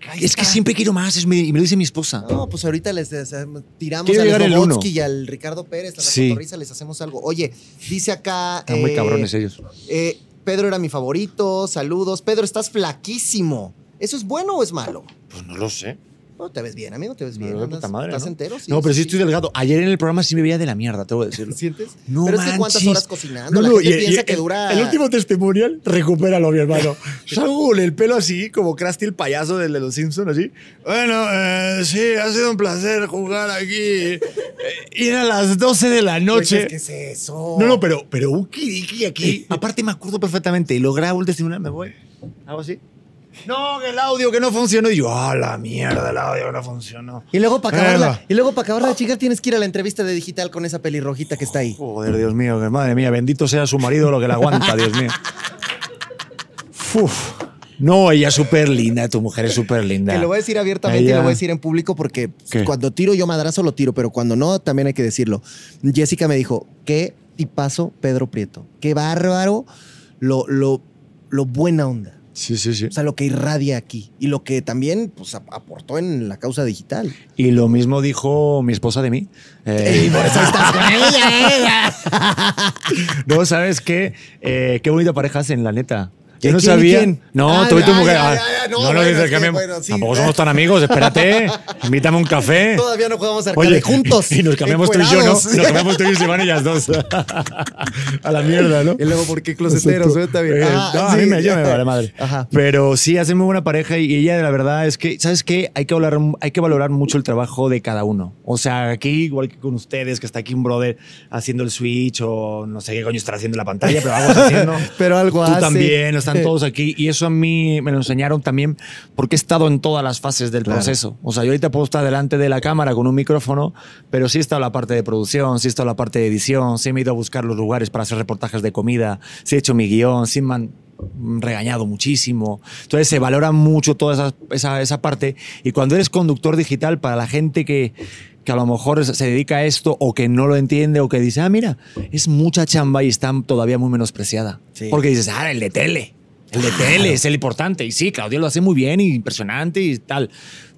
Ahí Es que está. siempre quiero más, es mi- y me lo dice mi esposa. No, pues ahorita les les, eh, tiramos Quiero a llegar al uno. Lobotsky y al Ricardo Pérez, a la Sí. cotorriza, les hacemos algo. Oye, dice acá. Están muy eh, cabrones ellos. eh, Pedro era mi favorito, saludos. Pedro, estás flaquísimo. ¿Eso es bueno o es malo? Pues no lo sé. No te ves bien, amigo, te ves Me bien. veo de andas- puta madre, estás ¿no? entero. no, pero sí estoy delgado. Ayer en el programa sí me veía de la mierda, tengo que decirlo. ¿Sientes? No pero es que cuántas manches. horas cocinando. No, la no, gente y- piensa y que el- dura. El último testimonial, recupéralo, mi hermano. Salgo con el pelo así, como Krusty el payaso del de los Simpsons, así. Bueno, eh, sí, ha sido un placer jugar aquí. Eh, Ir a las 12 de la Pues, noche. ¿Qué es eso? No, no, pero, pero un kiriki aquí. Aparte me acuerdo perfectamente. Y lo grabo el testimonial, me voy. Hago así. No, que el audio que no funcionó. Y yo, ah, la mierda, el audio que no funcionó. Y luego para acabarla, Venga. y luego para acabarla, chica, tienes que ir a la entrevista de digital con esa pelirrojita que está ahí. Joder, Dios mío, que madre mía, bendito sea su marido lo que le aguanta, Dios mío. Uf. No, ella es súper linda, tu mujer es súper linda. Que lo voy a decir abiertamente y Ella- lo voy a decir en público porque ¿Qué? cuando tiro yo madrazo lo tiro, pero cuando no, también hay que decirlo. Jessica me dijo, qué tipazo Pedro Prieto, qué bárbaro lo, lo, lo buena onda. Sí, sí, sí. O sea, lo que irradia aquí y lo que también pues, ap- aportó en la causa digital. Y lo mismo dijo mi esposa de mí. Eh, Y por eso estás con ella, ¿eh? ella. no, ¿sabes qué? Eh, qué bonita pareja hacen, la neta. Yo ¿Y no quién, sabía. quién? No, Ah, tú y tu ya, mujer. ya, Ah, ya, ya, no, no, bueno, lo dices es que, que a mí- bueno, sí. Tampoco somos tan amigos, espérate. Invítame un café. Todavía no jugamos arcade juntos. Y nos cambiamos tú y yo, ¿no? encuerados. Nos cambiamos tú y Iván y las dos. a la mierda, ¿no? Y luego, ¿por qué closeteros? Eh, Está bien. Eh, Ah, no, a sí, mí me, yo ya. me vale madre. Ajá. Pero sí, hacen muy buena pareja y ella, la verdad, es que, ¿sabes qué? Hay que, hablar, hay que valorar mucho el trabajo de cada uno. O sea, aquí, igual que con ustedes, que está aquí un brother haciendo el switch o no sé qué coño estará haciendo en la pantalla, pero vamos haciendo. Pero algo Tú hace. también, están todos aquí. Y eso a mí me lo enseñaron también porque he estado en todas las fases del Claro. proceso. O sea, yo ahorita puedo estar delante de la cámara con un micrófono, pero sí he estado en la parte de producción, sí he estado en la parte de edición, sí me he ido a buscar los lugares para hacer reportajes de comida, sí he hecho mi guión, sí me han mm, regañado muchísimo. Entonces se valora mucho toda esa, esa, esa parte. Y cuando eres conductor digital, para la gente que, que a lo mejor es- se dedica a esto o que no lo entiende o que dice, ah, mira, es mucha chamba y está todavía muy menospreciada. Sí. Porque dices, ah, el de tele. El de tele es el importante. Y sí, Claudio lo hace muy bien y impresionante y tal.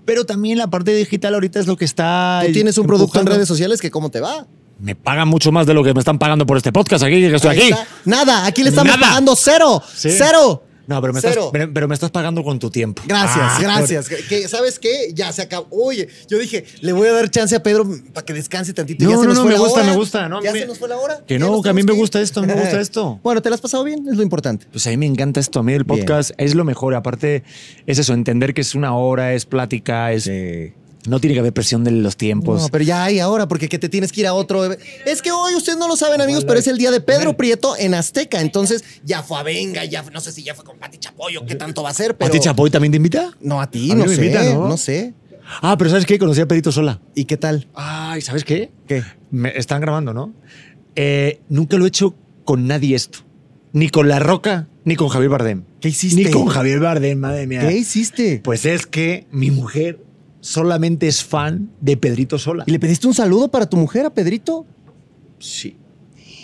Pero también la parte digital ahorita es lo que está. Tú tienes un empujando. producto en redes sociales que cómo te va. Me pagan mucho más de lo que me están pagando por este podcast aquí, que estoy Ahí aquí. está. Nada, aquí le estamos Nada. pagando cero. Sí. Cero. No, pero me, estás, Cero. pero, pero me estás pagando con tu tiempo. Gracias, Ah, gracias. Que- ¿Sabes qué? Ya se acabó. Oye, yo dije, le voy a dar chance a Pedro para que descanse tantito. No, ya se no, nos no, fue me la gusta, hora. me gusta, no, ya me- se nos fue la hora. que Ya no, nos que a mí tenemos me ir. gusta esto, me gusta esto. Bueno, ¿te lo has pasado bien? Es lo importante. Pues a mí me encanta esto, a mí el podcast es lo mejor. Aparte, es eso, entender que es una hora, es plática, es... No tiene que haber presión de los tiempos. no, pero ya hay ahora, porque que te tienes que ir a otro. Es que hoy ustedes no lo saben, amigos, pero es el día de Pedro Prieto en Azteca. Entonces, ya fue a Venga, ya fue- no sé si ya fue con Pati Chapoyo, qué tanto va a ser, pero. ¿A ti Chapoy también te invita? No, a ti, A mí no me sé. invitan, ¿no? ¿no? sé. Ah, pero ¿sabes qué? Conocí a Pedrito Sola. ¿Y qué tal? Ay, ¿sabes qué? ¿Qué? Me están grabando, ¿no? Eh, nunca lo he hecho con nadie esto. Ni con La Roca, ni con Javier Bardem. ¿Qué hiciste? Ni con Javier Bardem, madre mía. ¿Qué hiciste? Pues es que mi mujer solamente es fan de Pedrito Sola. ¿Y le pediste un saludo para tu mujer a Pedrito? Sí.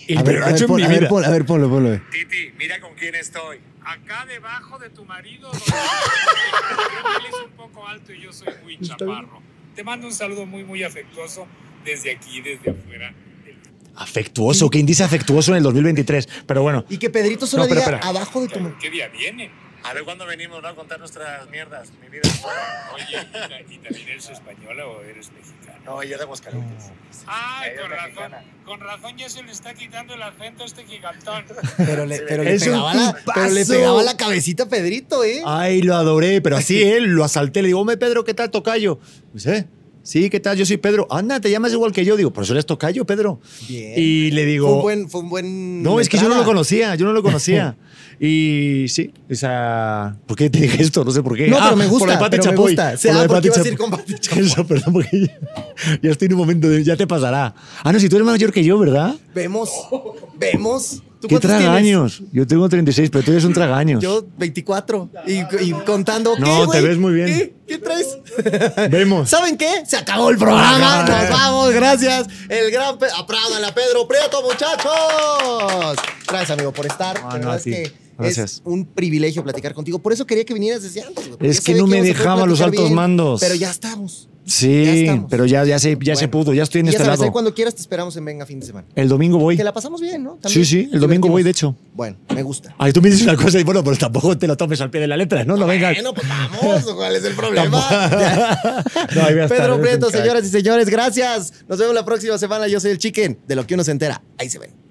Y pero lo ha hecho en pon- mi a ver, vida. pon- a ver, ponlo, ponlo. eh. Titi, mira con quién estoy. Acá debajo de tu marido, donde- creo que él es un poco alto y yo soy muy chaparro. Te mando un saludo muy, muy afectuoso desde aquí, desde afuera. Afectuoso, qué índice afectuoso en el 2023. Pero bueno, Y que Pedrito solo No, pero diga espera. abajo de tu mujer. ¿Qué día vienen? A ver cuándo venimos ¿no? a contar nuestras mierdas, mi vida. Oye, ¿y también eres española o eres mexicana? No, yo de Aguascalientes. Ay, Ella con es razón, mexicana. con razón ya se le está quitando el acento a este gigantón. Pero le, pero le Es un pegaba la, pero le tipazo. pegaba la cabecita a Pedrito, ¿eh? Ay, lo adoré, pero así él, lo asalté. Le digo, hombre, Pedro, ¿qué tal, tocayo? Dice, "Eh, sí, ¿qué tal? Yo soy Pedro. Anda, te llamas igual que yo. Digo, pero eso eres tocayo, Pedro. Bien. Y le digo, fue un buen. Fue un buen no, es que yo no entrada. lo conocía, yo no lo conocía. y sí, o sea, ¿por qué te dije esto? No sé por qué. Ah, No, pero me gusta, Por lo de Pati pero me Chapoy. gusta. Sí, lo ah, de porque Pati ibas a Chapoy. ir con Pati Eso, perdón, porque ya, ya estoy en un momento de, ya te pasará. Ah, no, si tú eres mayor que yo, ¿verdad? Vemos, vemos. ¿Tú ¿Qué cuántos tienes? tragaños? Yo tengo 36, pero tú eres un tragaños. Yo 24. Y, y contando. No, ¿qué, te güey? ves muy bien. ¿Qué, ¿Qué traes? Vemos. ¿Saben qué? Se acabó el programa. Acabó. Nos vamos. Gracias. El gran. Pe- Apláudale a Pedro Prieto, muchachos. Gracias, amigo, por estar. Ah, La no, verdad a es ti. que es Gracias. un privilegio platicar contigo. Por eso quería que vinieras desde antes. güey, porque Es ya que sabía no me íbamos a poder dejaban los platicar altos mandos. Pero ya estamos. Ya Sí, estamos. pero ya, ya, se, ya se Bueno. pudo, ya estoy en Y ya este sabes, ahí lado. cuando quieras te esperamos en Venga Fin de Semana. El domingo voy. Que la pasamos bien, ¿no? Sí, sí, el domingo voy, de hecho. Bueno, me gusta. Ay, tú me dices una cosa y bueno, pero tampoco te lo tomes al pie de la letra, ¿no? No vengas. Bueno, pues vamos, ¿cuál es el problema? No, ahí voy a estar, Pedro es un Prieto, crack. señoras y señores, gracias. Nos vemos la próxima semana. Yo soy el Chicken, de lo que uno se entera. Ahí se ven.